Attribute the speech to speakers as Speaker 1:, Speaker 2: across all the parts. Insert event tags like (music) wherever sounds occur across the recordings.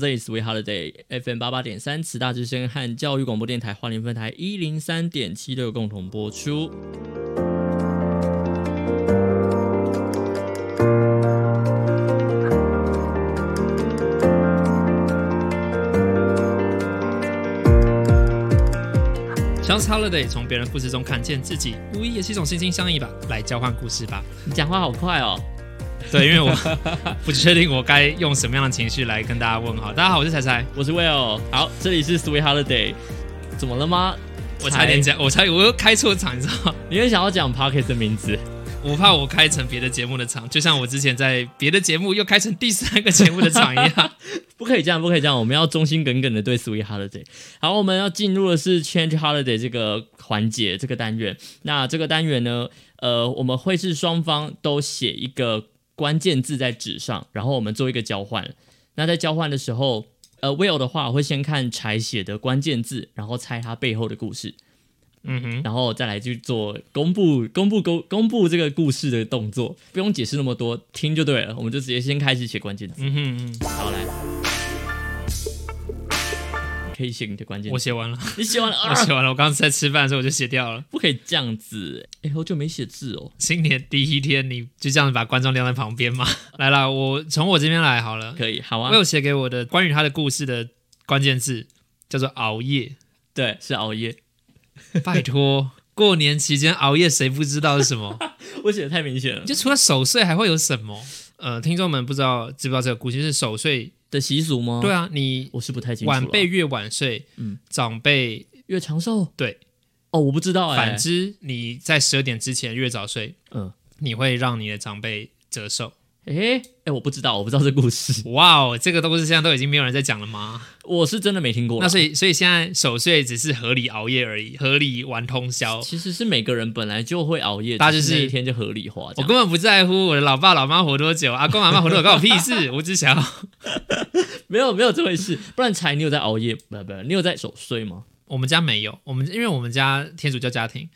Speaker 1: 这里是 We Holiday FM 八八点三，慈大之声和教育广播电台花莲分台一零三点七六共同播出。
Speaker 2: Just Holiday 从别人故事中看见自己，无疑也是一种心心相印吧。来交换故事吧。 (laughs)
Speaker 1: 你讲话好快哦！
Speaker 2: 对，因为我 (laughs) 不确定我该用什么样的情绪来跟大家问好。大家好，我是彩彩。
Speaker 1: 我是 Will，好，这里是 Sweet Holiday，怎么了吗？
Speaker 2: 我差点讲，我差我又开错场，你知道吗？
Speaker 1: 你也想要讲 Parkes 的名字？
Speaker 2: 我怕我开成别的节目的场，就像我之前在别的节目又开成第三个节目的场一样。
Speaker 1: 不可以这样，不可以这样，我们要忠心耿耿的对 Sweet Holiday。好，我们要进入的是 Change Holiday 这个环节，这个单元。那这个单元呢，呃，我们会是双方都写一个关键字在纸上，然后我们做一个交换。那在交换的时候，呃，Will 的话我会先看柴写的关键字，然后猜他背后的故事，
Speaker 2: 嗯哼，
Speaker 1: 然后再来去做公布、公布、公公布这个故事的动作，不用解释那么多，听就对了。我们就直接先开始写关键字。
Speaker 2: 嗯哼，嗯哼
Speaker 1: 好，来，可以写你的关键
Speaker 2: 我
Speaker 1: 字。
Speaker 2: 写完了，
Speaker 1: 你写完了
Speaker 2: 我
Speaker 1: 啊？
Speaker 2: 写完了。我刚刚在吃饭的时候我就写掉了。
Speaker 1: 不可以这样子，哎、好久没写字哦。
Speaker 2: 新年第一天，你就这样把观众晾在旁边吗？来啦，我从我这边来好了。
Speaker 1: 可以，好
Speaker 2: 我
Speaker 1: 啊。
Speaker 2: 有写给我的关于他的故事的关键字叫做熬夜。
Speaker 1: 对，是熬夜，
Speaker 2: (laughs) 拜托，过年期间熬夜谁不知道是什么？
Speaker 1: 我写的太明显了。
Speaker 2: (laughs) 就除了守岁还会有什么？呃，听众们不知道知不知道这个故事是守岁？
Speaker 1: 的习俗吗？
Speaker 2: 对，啊，你
Speaker 1: 我是不太清楚。
Speaker 2: 晚辈越晚睡，
Speaker 1: 嗯
Speaker 2: 长辈
Speaker 1: 越长寿，
Speaker 2: 对，
Speaker 1: 哦，我不知道哎、
Speaker 2: 反之你在十二点之前越早睡，
Speaker 1: 嗯，
Speaker 2: 你会让你的长辈折寿。
Speaker 1: 哎、哎、我不知道，我不知道这故
Speaker 2: (laughs)
Speaker 1: 事，
Speaker 2: 哇哦，这个故事现在都已经没有人在讲了吗？
Speaker 1: 我是真的没听过啦。
Speaker 2: 那所以所以现在守岁只是合理熬夜而已，合理玩通宵。
Speaker 1: 其实是每个人本来就会熬夜，
Speaker 2: 大家就
Speaker 1: 只是那
Speaker 2: 是
Speaker 1: 一天就合理化这
Speaker 2: 我
Speaker 1: 样。
Speaker 2: 根本不在乎我的老爸老妈活多久，阿公阿妈活多久关我屁事，我只想要
Speaker 1: 没有没有这回事，不然才你有在熬夜，不不，你有在守岁吗？
Speaker 2: 我们家没有，我们因为我们家天主教家庭，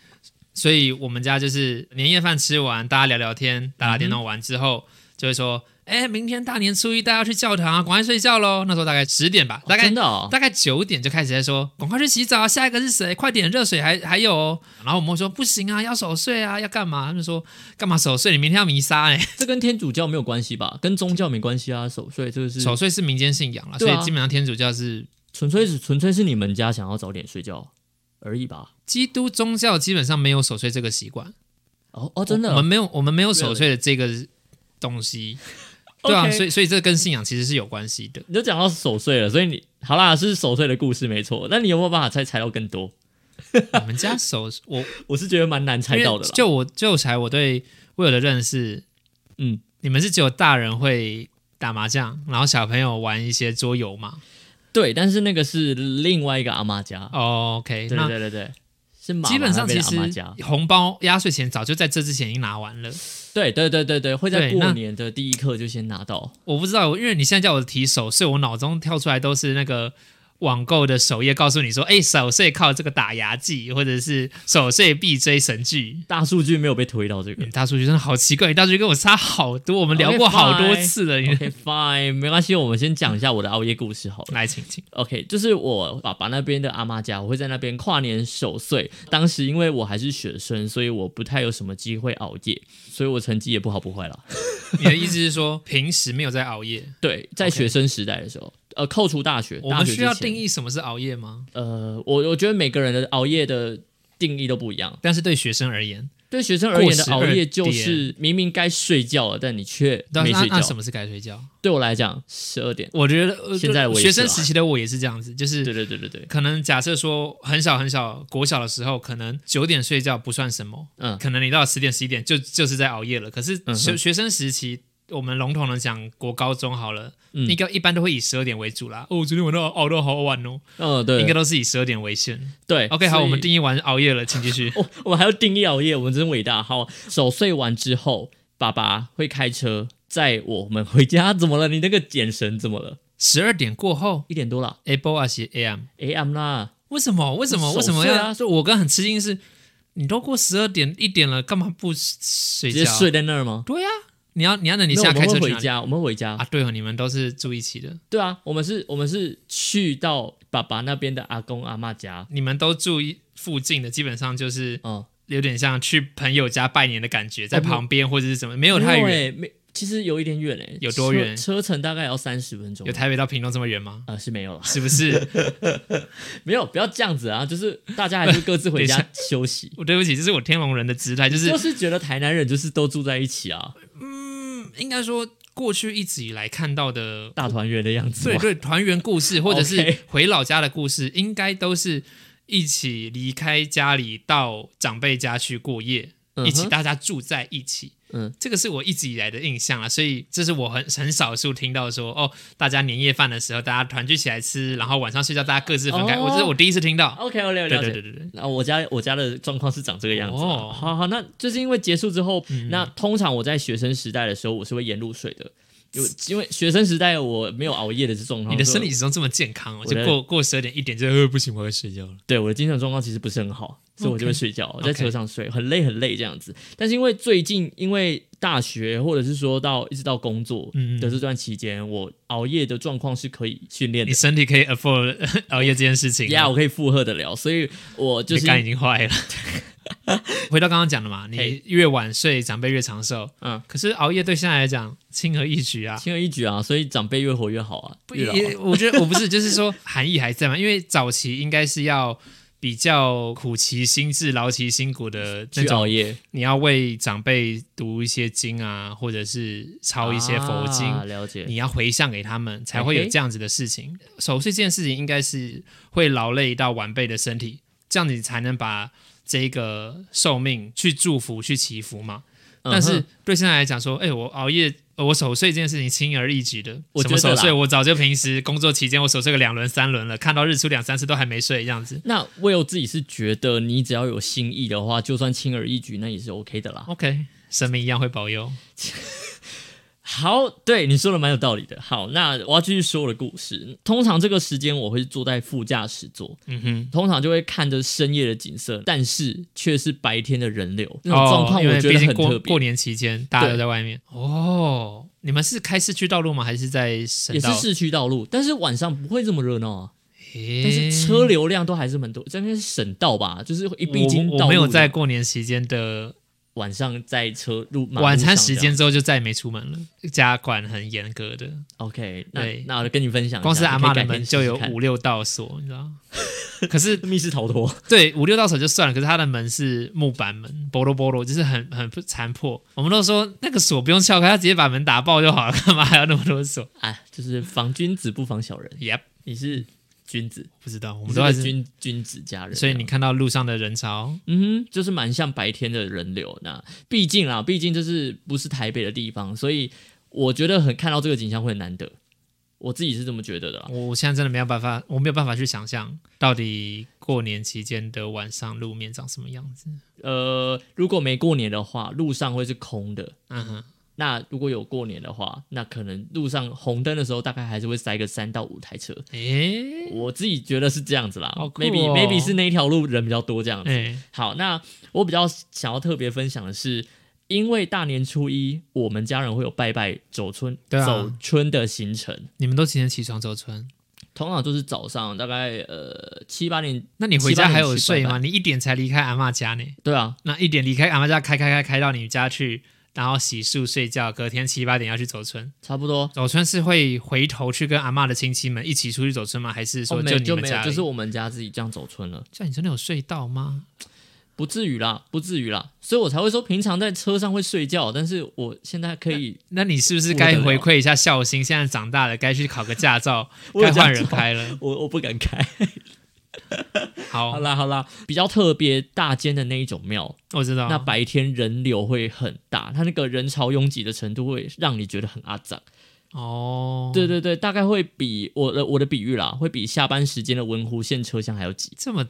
Speaker 2: 所以我们家就是年夜饭吃完，大家聊聊天，打打
Speaker 1: 嗯
Speaker 2: 电动完之后，就会说，哎，明天大年初一大家要去教堂啊，赶快睡觉喽。那时候大概十点吧，大
Speaker 1: 哦
Speaker 2: 概、
Speaker 1: 真的、哦，
Speaker 2: 大概九点就开始在说，赶快去洗澡啊，下一个是谁？快点，热水还还有哦。然后我们会说不行啊，要守岁啊，要干嘛？他们说干嘛守岁？你明天要弥撒哎、
Speaker 1: 这跟天主教没有关系吧？跟宗教没关系啊，守岁这个是
Speaker 2: 守岁是民间信仰了，
Speaker 1: 对
Speaker 2: 所
Speaker 1: 啊
Speaker 2: 以基本上天主教是
Speaker 1: 纯粹是纯粹是你们家想要早点睡觉而已吧？
Speaker 2: 基督宗教基本上没有守岁这个习惯。
Speaker 1: 哦哦，真的
Speaker 2: 我们没有我们没有守岁的这个
Speaker 1: (laughs)
Speaker 2: 东西，对啊，所
Speaker 1: 以
Speaker 2: 以所以这跟信仰其实是有关系
Speaker 1: (laughs)
Speaker 2: 的。
Speaker 1: 你就讲到守岁了，所以你好啦，是守岁的故事没错。那你有没有办法猜猜到更多？
Speaker 2: 我们家守我
Speaker 1: 我是觉得蛮难猜到的
Speaker 2: 因为
Speaker 1: 啦。
Speaker 2: 就我就才我对威尔的认识，
Speaker 1: 嗯，
Speaker 2: 你们是只有大人会打麻将，然后小朋友玩一些桌游嘛、
Speaker 1: 对，但是那个是另外一个阿妈家，
Speaker 2: 哦、？OK，
Speaker 1: 对
Speaker 2: 那
Speaker 1: 对对对对，是妈妈
Speaker 2: 基本上
Speaker 1: 那
Speaker 2: 其
Speaker 1: 边的
Speaker 2: 实
Speaker 1: 阿妈家。
Speaker 2: 红包压岁钱早就在这之前已经拿完了。
Speaker 1: 对对对对对，会在
Speaker 2: 对
Speaker 1: 过
Speaker 2: 那
Speaker 1: 年的第一刻就先拿到。
Speaker 2: 我不知道，因为你现在叫我提守岁，我脑中跳出来都是那个网购的首页告诉你说，哎、守岁靠这个打牙祭，或者是守岁必追神剧。
Speaker 1: 大数据没有被推到这个
Speaker 2: (laughs) 你。大数据真的好奇怪，你大数据跟我差好多，我们聊
Speaker 1: OK，
Speaker 2: 过好多
Speaker 1: fine
Speaker 2: 次了。你
Speaker 1: OK fine，没关系，我们先讲一下我的熬夜故事好了。
Speaker 2: 来，请请。
Speaker 1: OK，就是我爸爸那边的阿妈家，我会在那边跨年守岁。当时因为我还是学生，所以我不太有什么机会熬夜，所以我成绩也不好不坏啦。
Speaker 2: 你的意思是说，平时没有在熬夜？
Speaker 1: 对，在
Speaker 2: OK
Speaker 1: 学生时代的时候，呃，扣除大学，
Speaker 2: 我
Speaker 1: 大
Speaker 2: 们
Speaker 1: 学
Speaker 2: 需要
Speaker 1: 之前
Speaker 2: 定。义什么是熬夜吗？
Speaker 1: 呃，我我觉得每个人的熬夜的定义都不一样。
Speaker 2: 但是对学生而言，
Speaker 1: 对学生而言的
Speaker 2: 过
Speaker 1: 熬夜，
Speaker 2: 12
Speaker 1: 就是明明该睡觉了，但你却
Speaker 2: 但
Speaker 1: 没
Speaker 2: 啊是
Speaker 1: 睡
Speaker 2: 那那什
Speaker 1: 觉。
Speaker 2: 么是该睡觉？
Speaker 1: 对我来讲，十二点。
Speaker 2: 我觉得呃
Speaker 1: 现在我也是
Speaker 2: 学
Speaker 1: 啊
Speaker 2: 生时期的我也是这样子，就是
Speaker 1: 对对对对对，
Speaker 2: 可能假设说很小很小，国小的时候可能九点睡觉不算什么，
Speaker 1: 嗯
Speaker 2: 可能你到十点十一点就就是在熬夜了。可是
Speaker 1: 嗯哼
Speaker 2: 学、学生时期，我们笼统的讲国高中好了，
Speaker 1: 嗯
Speaker 2: 应该一般都会以十二点为主啦。哦，昨天晚上熬到好晚哦，
Speaker 1: 嗯
Speaker 2: 应该
Speaker 1: 对
Speaker 2: 都是以十二点为限。
Speaker 1: 对。
Speaker 2: OK，好，
Speaker 1: 所以。
Speaker 2: 我们定义完熬夜了，请继续
Speaker 1: (laughs) 哦，我们还要定义熬夜，我们真伟大。好，守岁完之后，爸爸会开车载我们回家。怎么了？你那个眼神怎么了？
Speaker 2: 十二点过后
Speaker 1: 一点多了
Speaker 2: ，A b o 啊写 AM，
Speaker 1: ，AM 啦。
Speaker 2: 为什么？为什么？
Speaker 1: 守
Speaker 2: 为什么
Speaker 1: 岁
Speaker 2: 要？
Speaker 1: 啊
Speaker 2: 就我刚很吃惊是，你都过十二点一点了，干嘛不睡
Speaker 1: 直
Speaker 2: 觉？
Speaker 1: 接睡在那儿吗？
Speaker 2: 对呀、啊你要你要等
Speaker 1: 没
Speaker 2: 你
Speaker 1: 有
Speaker 2: 下
Speaker 1: 我
Speaker 2: 开
Speaker 1: 们
Speaker 2: 车
Speaker 1: 会
Speaker 2: 去
Speaker 1: 回
Speaker 2: 哪里
Speaker 1: 家，我们会回家
Speaker 2: 啊？对哦，你们都是住一起的，
Speaker 1: 对啊，我们是，我们是去到爸爸那边的阿公阿嬷家，
Speaker 2: 你们都住一附近的，基本上就是
Speaker 1: 嗯，
Speaker 2: 有点像去朋友家拜年的感觉，在
Speaker 1: 哦没有
Speaker 2: 旁边或者是怎么，没
Speaker 1: 没
Speaker 2: 有太
Speaker 1: 有
Speaker 2: 远，
Speaker 1: 欸没，其实有一点远诶、欸
Speaker 2: 有多远
Speaker 1: 车？车程大概也要三十分钟
Speaker 2: 有。台北到屏东这么远吗？ (laughs)
Speaker 1: 呃，是没有了， (laughs)
Speaker 2: 是不是？
Speaker 1: 没有，不要这样子啊！就是大家还是各自回
Speaker 2: (laughs) 等
Speaker 1: 家休息，
Speaker 2: 我对不起，这是我天龙人的姿态，就是
Speaker 1: 就是觉得台南人就是都住在一起啊，
Speaker 2: 嗯应该说过去一直以来看到的，
Speaker 1: 大团圆的样子
Speaker 2: 对
Speaker 1: 嘛。
Speaker 2: 对，团圆故事或者是
Speaker 1: OK
Speaker 2: 回老家的故事，应该都是一起离开家里到长辈家去过夜，
Speaker 1: 嗯哼
Speaker 2: 一起大家住在一起。
Speaker 1: 嗯，
Speaker 2: 这个是我一直以来的印象啊，所以这是我很很少数听到说哦，大家年夜饭的时候大家团聚起来吃，然后晚上睡觉大家各自分开，
Speaker 1: 哦
Speaker 2: 我这是我第一次听到。
Speaker 1: OK，我了
Speaker 2: 对
Speaker 1: 解。
Speaker 2: 对对对对，
Speaker 1: 那我家我家的状况是长这个样子啊、
Speaker 2: 哦嗯
Speaker 1: 好好，那就是因为结束之后，那通常我在学生时代的时候，我是会沿路睡的，因为因为学生时代我没有熬夜的这状况。
Speaker 2: 你的
Speaker 1: 所以
Speaker 2: 身体始终这么健康哦，
Speaker 1: 我的
Speaker 2: 就过过十二点一点就呃不行，我要睡觉了。
Speaker 1: 对我的精神状况其实不是很好，所以我就会睡觉我在车上睡，很累很累这样子。但是因为最近因为大学或者是说到一直到工作
Speaker 2: 嗯嗯
Speaker 1: 的这段期间，我熬夜的状况是可以训练
Speaker 2: 你
Speaker 1: 的。
Speaker 2: 身体可以 afford 熬夜这件事 (laughs) 情吗，
Speaker 1: 呀我可以负荷得了，所以我就
Speaker 2: 你
Speaker 1: 是
Speaker 2: 的肝已经坏了。 (laughs) 回到刚刚讲的嘛，你
Speaker 1: 嘿
Speaker 2: 越晚睡，长辈越长寿。
Speaker 1: 嗯，
Speaker 2: 可是熬夜对现在来讲轻而易举啊。
Speaker 1: (laughs) 轻而易举啊，所以长辈越活越好啊，
Speaker 2: 不
Speaker 1: 越老啊
Speaker 2: 也，我觉得我不是，就是说含义还在嘛，因为早期应该是要比较苦其心志、劳其筋骨的那
Speaker 1: 去
Speaker 2: 种，
Speaker 1: 熬夜，
Speaker 2: 你要为长辈读一些经啊，或者是抄一些佛经，
Speaker 1: 啊、了解。
Speaker 2: 你要回向给他们，才会有这样子的事情。守岁这件事情应该是会劳累到晚辈的身体，这样你才能把这个寿命去祝福、去祈福嘛。但
Speaker 1: 嗯
Speaker 2: 是
Speaker 1: 哼
Speaker 2: 对现在来讲，说，哎、我熬夜。呃我守岁这件事情轻而易举的，
Speaker 1: 我
Speaker 2: 什
Speaker 1: 觉
Speaker 2: 么
Speaker 1: 得
Speaker 2: 守
Speaker 1: 啦
Speaker 2: 岁？我早就平时工作期间我守岁个两轮三轮了，看到日出两三次都还没睡这样子。
Speaker 1: 那 Will 自己是觉得，你只要有心意的话，就算轻而易举，那也是 OK 的啦。
Speaker 2: OK，神明一样会保佑。
Speaker 1: 好，对你说的蛮有道理的。好，那我要继续说我的故事。通常这个时间我会坐在副驾驶座，
Speaker 2: 嗯哼，
Speaker 1: 通常就会看着深夜的景色，但是却是白天的人流那种
Speaker 2: 哦
Speaker 1: 状况，
Speaker 2: 因为
Speaker 1: 我觉
Speaker 2: 毕
Speaker 1: 得
Speaker 2: 竟
Speaker 1: 很
Speaker 2: 过
Speaker 1: 特别
Speaker 2: 过。年期间大家都在外面。哦，你们是开市区道路吗？还是在省
Speaker 1: 也
Speaker 2: 道？
Speaker 1: 是市区道路，但是晚上不会这么热闹啊。
Speaker 2: 诶，
Speaker 1: 但是车流量都还是蛮多，这边是省道吧，就是一必经道
Speaker 2: 嗯我
Speaker 1: 路
Speaker 2: 我没有
Speaker 1: 这样
Speaker 2: 在过年期间的
Speaker 1: 晚上在车路马路
Speaker 2: 晚餐
Speaker 1: 上
Speaker 2: 时
Speaker 1: 这
Speaker 2: 间
Speaker 1: 样
Speaker 2: 之后就再也没出门了，家管很严格的，
Speaker 1: OK，那
Speaker 2: 对
Speaker 1: 那我跟你分享一下，
Speaker 2: 光是阿妈
Speaker 1: 妈
Speaker 2: 的门就有五六道锁，你知道？ (laughs) 可是
Speaker 1: 密室逃 (laughs) 脱，
Speaker 2: 对五六道锁就算了，可是他的门是木板门，波罗波罗，就是很很不残破。我们都说那个锁不用撬开，他直接把门打爆就好了，干嘛还要那么多锁
Speaker 1: 哎，就是防君子不防小人，
Speaker 2: ？Yep，
Speaker 1: 你是君子，
Speaker 2: 不知道，我
Speaker 1: 我
Speaker 2: 们都还是。
Speaker 1: 君君子家人，啊
Speaker 2: 所以你，看到路上的人潮，
Speaker 1: 嗯哼，就是蛮像白天的人流。那毕竟啦，毕竟这是不是台北的地方，所以我觉得很看到这个景象会很难得，我自己是这么觉得的啦。
Speaker 2: 我我现在真的没有办法，我没有办法去想象到底过年期间的晚上路面长什么样子。
Speaker 1: 呃，如果没过年的话，路上会是空的。
Speaker 2: 嗯哼。
Speaker 1: 那如果有过年的话，那可能路上红灯的时候，大概还是会塞个三到五台车。
Speaker 2: 诶，
Speaker 1: 我自己觉得是这样子啦、
Speaker 2: 好酷
Speaker 1: m a y b e
Speaker 2: 哦
Speaker 1: maybe 是那一条路人比较多这样子。
Speaker 2: 诶，
Speaker 1: 好，那我比较想要特别分享的是，因为大年初一我们家人会有拜拜走春、
Speaker 2: 对啊
Speaker 1: 走春的行程，
Speaker 2: 你们都几点起床走春？
Speaker 1: 通常都是早上大概呃七八点，
Speaker 2: 那你回家还有睡
Speaker 1: 七八点去拜
Speaker 2: 吗？你一点才离开阿嬷家呢，
Speaker 1: 对啊，
Speaker 2: 那一点离开阿嬷家，开开开开到你家去，然后洗漱睡觉，隔天七八点要去走春。
Speaker 1: 差不多。
Speaker 2: 走春是会回头去跟阿嬷的亲戚们一起出去走春吗？还是
Speaker 1: 哦，
Speaker 2: 说
Speaker 1: 没有
Speaker 2: 你
Speaker 1: 就
Speaker 2: 们
Speaker 1: 没
Speaker 2: 家
Speaker 1: 有，
Speaker 2: 而已？
Speaker 1: 就是我们家自己这样走春了，
Speaker 2: 这样你真的有睡到吗？
Speaker 1: 不至于啦，不至于啦，所以我才会说平常在车上会睡觉，但是我现在可以，
Speaker 2: 那你是不是
Speaker 1: 我得
Speaker 2: 该
Speaker 1: 了，
Speaker 2: 回馈一下孝心？现在长大了，该去考个驾照
Speaker 1: (laughs) 我有
Speaker 2: 该换
Speaker 1: 驾
Speaker 2: 人
Speaker 1: 照
Speaker 2: 开了。
Speaker 1: 我我不敢开。好
Speaker 2: 好，
Speaker 1: 啦好啦，比较特别大间的那一种庙，
Speaker 2: 我知道。
Speaker 1: 那白天人流会很大，它那个人潮拥挤的程度会让你觉得很阿杂。
Speaker 2: 哦，
Speaker 1: 对，对对，大概会比我呃的我的比喻啦，会比下班时间的文湖线车厢还要挤。
Speaker 2: 这么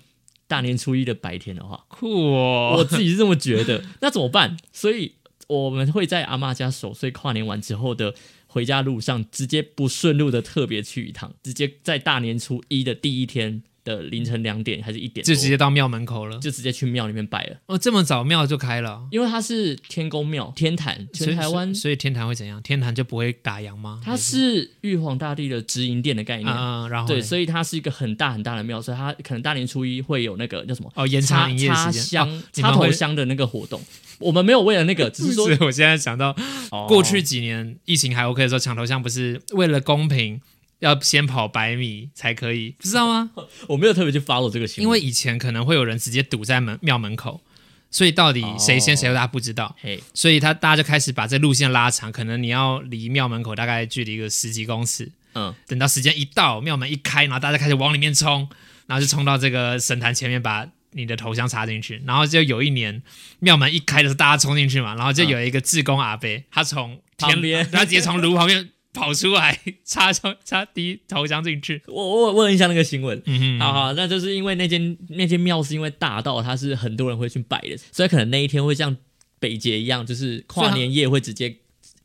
Speaker 1: 大年初一的白天的话，
Speaker 2: 酷哦！
Speaker 1: 我自己是这么觉得。那怎么办？所以我们会在阿嬷家守岁，跨年完之后的回家路上，直接不顺路的特别去一趟，直接在大年初一的第一天的凌晨两点还是一点
Speaker 2: 就
Speaker 1: 多，
Speaker 2: 直接到庙门口了。
Speaker 1: 就直接去庙里面拜了，
Speaker 2: 哦，这么早庙就开了哦，
Speaker 1: 因为它是天宫庙，天坛，
Speaker 2: 所
Speaker 1: 全
Speaker 2: 以
Speaker 1: 台湾
Speaker 2: 所以所以天坛会怎样？天坛就不会打烊吗？
Speaker 1: 它是玉皇大帝的直营店的概念。
Speaker 2: 啊、嗯，然后
Speaker 1: 对，
Speaker 2: 嘞
Speaker 1: 所以它是一个很大很大的庙，所以它可能大年初一会有那个叫什么
Speaker 2: 哦，延
Speaker 1: 插
Speaker 2: 长营业
Speaker 1: 插
Speaker 2: 时间。
Speaker 1: 香、
Speaker 2: 哦、你
Speaker 1: 插
Speaker 2: 们
Speaker 1: 头
Speaker 2: 会
Speaker 1: 香的那个活动。我们没有为了那个，只是说
Speaker 2: (laughs) 所以我现在想到
Speaker 1: 哦
Speaker 2: 过去几年疫情还 OK 的时候，抢头像不是为了公平要先跑百米才可以，知道
Speaker 1: (laughs)
Speaker 2: 吗？
Speaker 1: 我没有特别去 follow 这个新闻，
Speaker 2: 因为以前可能会有人直接堵在门庙门口，所以到底谁
Speaker 1: 哦
Speaker 2: 先谁后大家不知道，
Speaker 1: 嘿，
Speaker 2: 所以他大家就开始把这路线拉长，可能你要离庙门口大概距离个十几公尺，
Speaker 1: 嗯，
Speaker 2: 等到时间一到，庙门一开，然后大家开始往里面冲，然后就冲到这个神坛前面把。你的头像插进去，然后就有一年庙门一开的时候，大家冲进去嘛，然后就有一个志工阿伯，他从
Speaker 1: 旁边
Speaker 2: (laughs) 他直接从炉旁边跑出来，插插插第一头香进去。
Speaker 1: 我我问一下那个新闻。
Speaker 2: 嗯
Speaker 1: 好好，那就是因为那间那间庙是因为大到它是很多人会去拜的，所以可能那一天会像北捷一样，就是跨年夜会直接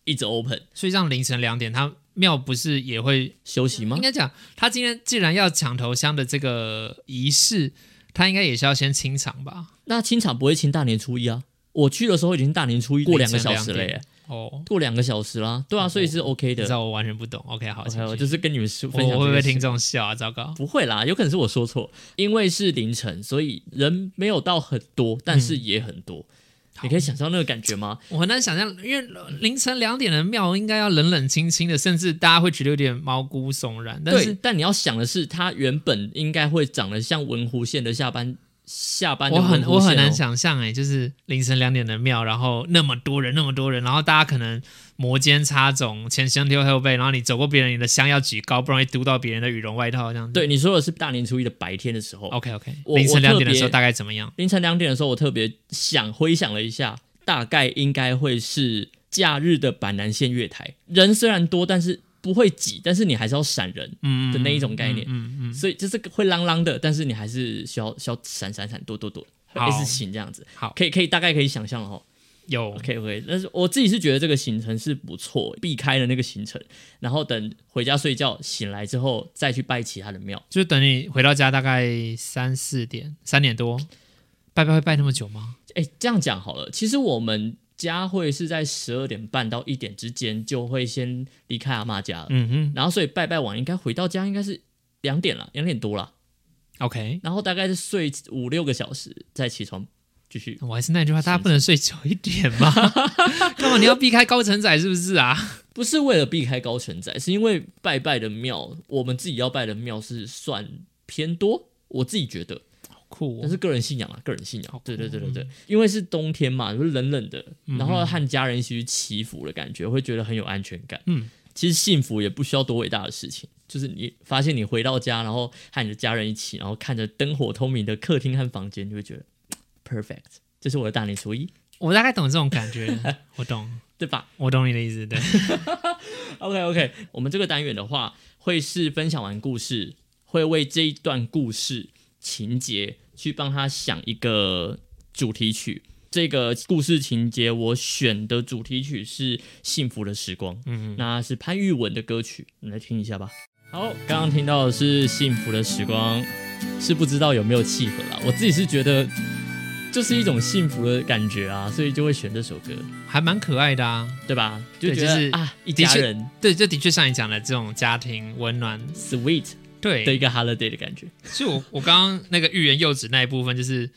Speaker 1: 一直 open
Speaker 2: 所以这样凌晨两点，他庙不是也会
Speaker 1: 休息吗
Speaker 2: 应？该讲，他今天既然要抢头香的这个仪式，他应该也是要先清场吧？
Speaker 1: 那清场不会清大年初一啊？我去的时候已经大年初一过两个小时了
Speaker 2: 凌晨两
Speaker 1: 耶，
Speaker 2: 哦，
Speaker 1: 过两个小时啦，对啊，所以是 OK
Speaker 2: 你知
Speaker 1: 的。
Speaker 2: 道我完全不懂。OK，好，
Speaker 1: OK，我
Speaker 2: 我
Speaker 1: 就是跟你们说分享
Speaker 2: 我
Speaker 1: 这
Speaker 2: 会不
Speaker 1: 个
Speaker 2: 会
Speaker 1: 事
Speaker 2: 听众笑啊？糟糕，
Speaker 1: 不会啦，有可能是我说错，因为是凌晨，所以人没有到很多，但
Speaker 2: 嗯
Speaker 1: 是也很多。你可以想象那个感觉吗？
Speaker 2: 我很难想象，因为凌晨两点的庙应该要冷冷清清的，甚至大家会觉得有点毛骨悚然。但
Speaker 1: 对
Speaker 2: 是，
Speaker 1: 但你要想的是，它原本应该会长得像文湖线的下班下班的
Speaker 2: 我很
Speaker 1: 文湖线哦
Speaker 2: 我很难想象哎、就是凌晨两点的庙，然后那么多人那么多人，然后大家可能摩肩擦踵，前胸贴后背，然后你走过别人，你的香要举高，不容易嘟到别人的羽绒外套这样子。
Speaker 1: 对，你说的是大年初一的白天的时候，
Speaker 2: ，OK OK，
Speaker 1: 我
Speaker 2: 凌晨两点的
Speaker 1: 我
Speaker 2: 时候
Speaker 1: 特别
Speaker 2: 大概怎么样？
Speaker 1: 凌晨两点的时候，我特别想回想了一下，大概应该会是假日的板南线月台，人虽然多，但是不会挤，但是你还是要闪人
Speaker 2: 嗯
Speaker 1: 的那一种概念。
Speaker 2: 嗯嗯，
Speaker 1: 所以就是会啷啷的，但是你还是需要需要闪闪闪躲躲躲，
Speaker 2: 好
Speaker 1: 一直行这样子。
Speaker 2: 好
Speaker 1: 可以可以大概可以想象了哈。
Speaker 2: 有
Speaker 1: OK OK，但是我自己是觉得这个行程是不错，避开了那个行程，然后等回家睡觉，醒来之后再去拜其他的庙。
Speaker 2: 就是等你回到家大概三四点，三点多，拜拜会拜那么久吗？
Speaker 1: 哎，这样讲好了，其实我们家会是在十二点半到一点之间就会先离开阿妈家了，
Speaker 2: 嗯哼
Speaker 1: 然后所以拜拜完应该回到家应该是两点了，两点多了，
Speaker 2: ，OK，
Speaker 1: 然后大概是睡五六个小时再起床继续
Speaker 2: 我还是那句话，大家不能睡久一点 (laughs) 吗？干嘛你要避开高承仔是不是啊？
Speaker 1: 不是为了避开高承载，是因为拜拜的庙，我们自己要拜的庙是算偏多，我自己觉得，
Speaker 2: 好酷、
Speaker 1: 但
Speaker 2: 哦，
Speaker 1: 是个人信仰啊，个人信
Speaker 2: 好嗯
Speaker 1: 仰
Speaker 2: 酷。
Speaker 1: 对对对对对，因为是冬天嘛，就是冷冷的，然后和家人一起去祈福的感觉，会觉得很有安全感。
Speaker 2: 嗯，
Speaker 1: 其实幸福也不需要多伟大的事情，就是你发现你回到家，然后和你的家人一起，然后看着灯火通明的客厅和房间，你会觉得 perfect，这是我的大年初一，
Speaker 2: 我大概懂这种感觉，我懂。
Speaker 1: 对吧？
Speaker 2: 我懂你的意思，对，
Speaker 1: OK OK，我们这个单元的话，会是分享完故事，会为这一段故事情节去帮他想一个主题曲。这个故事情节我选的主题曲是《幸福的时光》，嗯，那是潘玉文的歌曲，我们来听一下吧。好，刚刚听到的是《幸福的时光》，是不知道有没有契合啦。我自己是觉得就是一种幸福的感觉啊，所以就会选这首歌，
Speaker 2: 还蛮可爱的啊。
Speaker 1: 对吧？就
Speaker 2: 对
Speaker 1: 觉
Speaker 2: 就
Speaker 1: 得、
Speaker 2: 是
Speaker 1: 啊，一
Speaker 2: 的
Speaker 1: 家
Speaker 2: 确
Speaker 1: 人
Speaker 2: 对，这的确像你讲的这种家庭温暖，
Speaker 1: sweet。
Speaker 2: 对
Speaker 1: 的一个 holiday 的感觉。
Speaker 2: 所以我我刚刚那个欲言又止那一部分，就是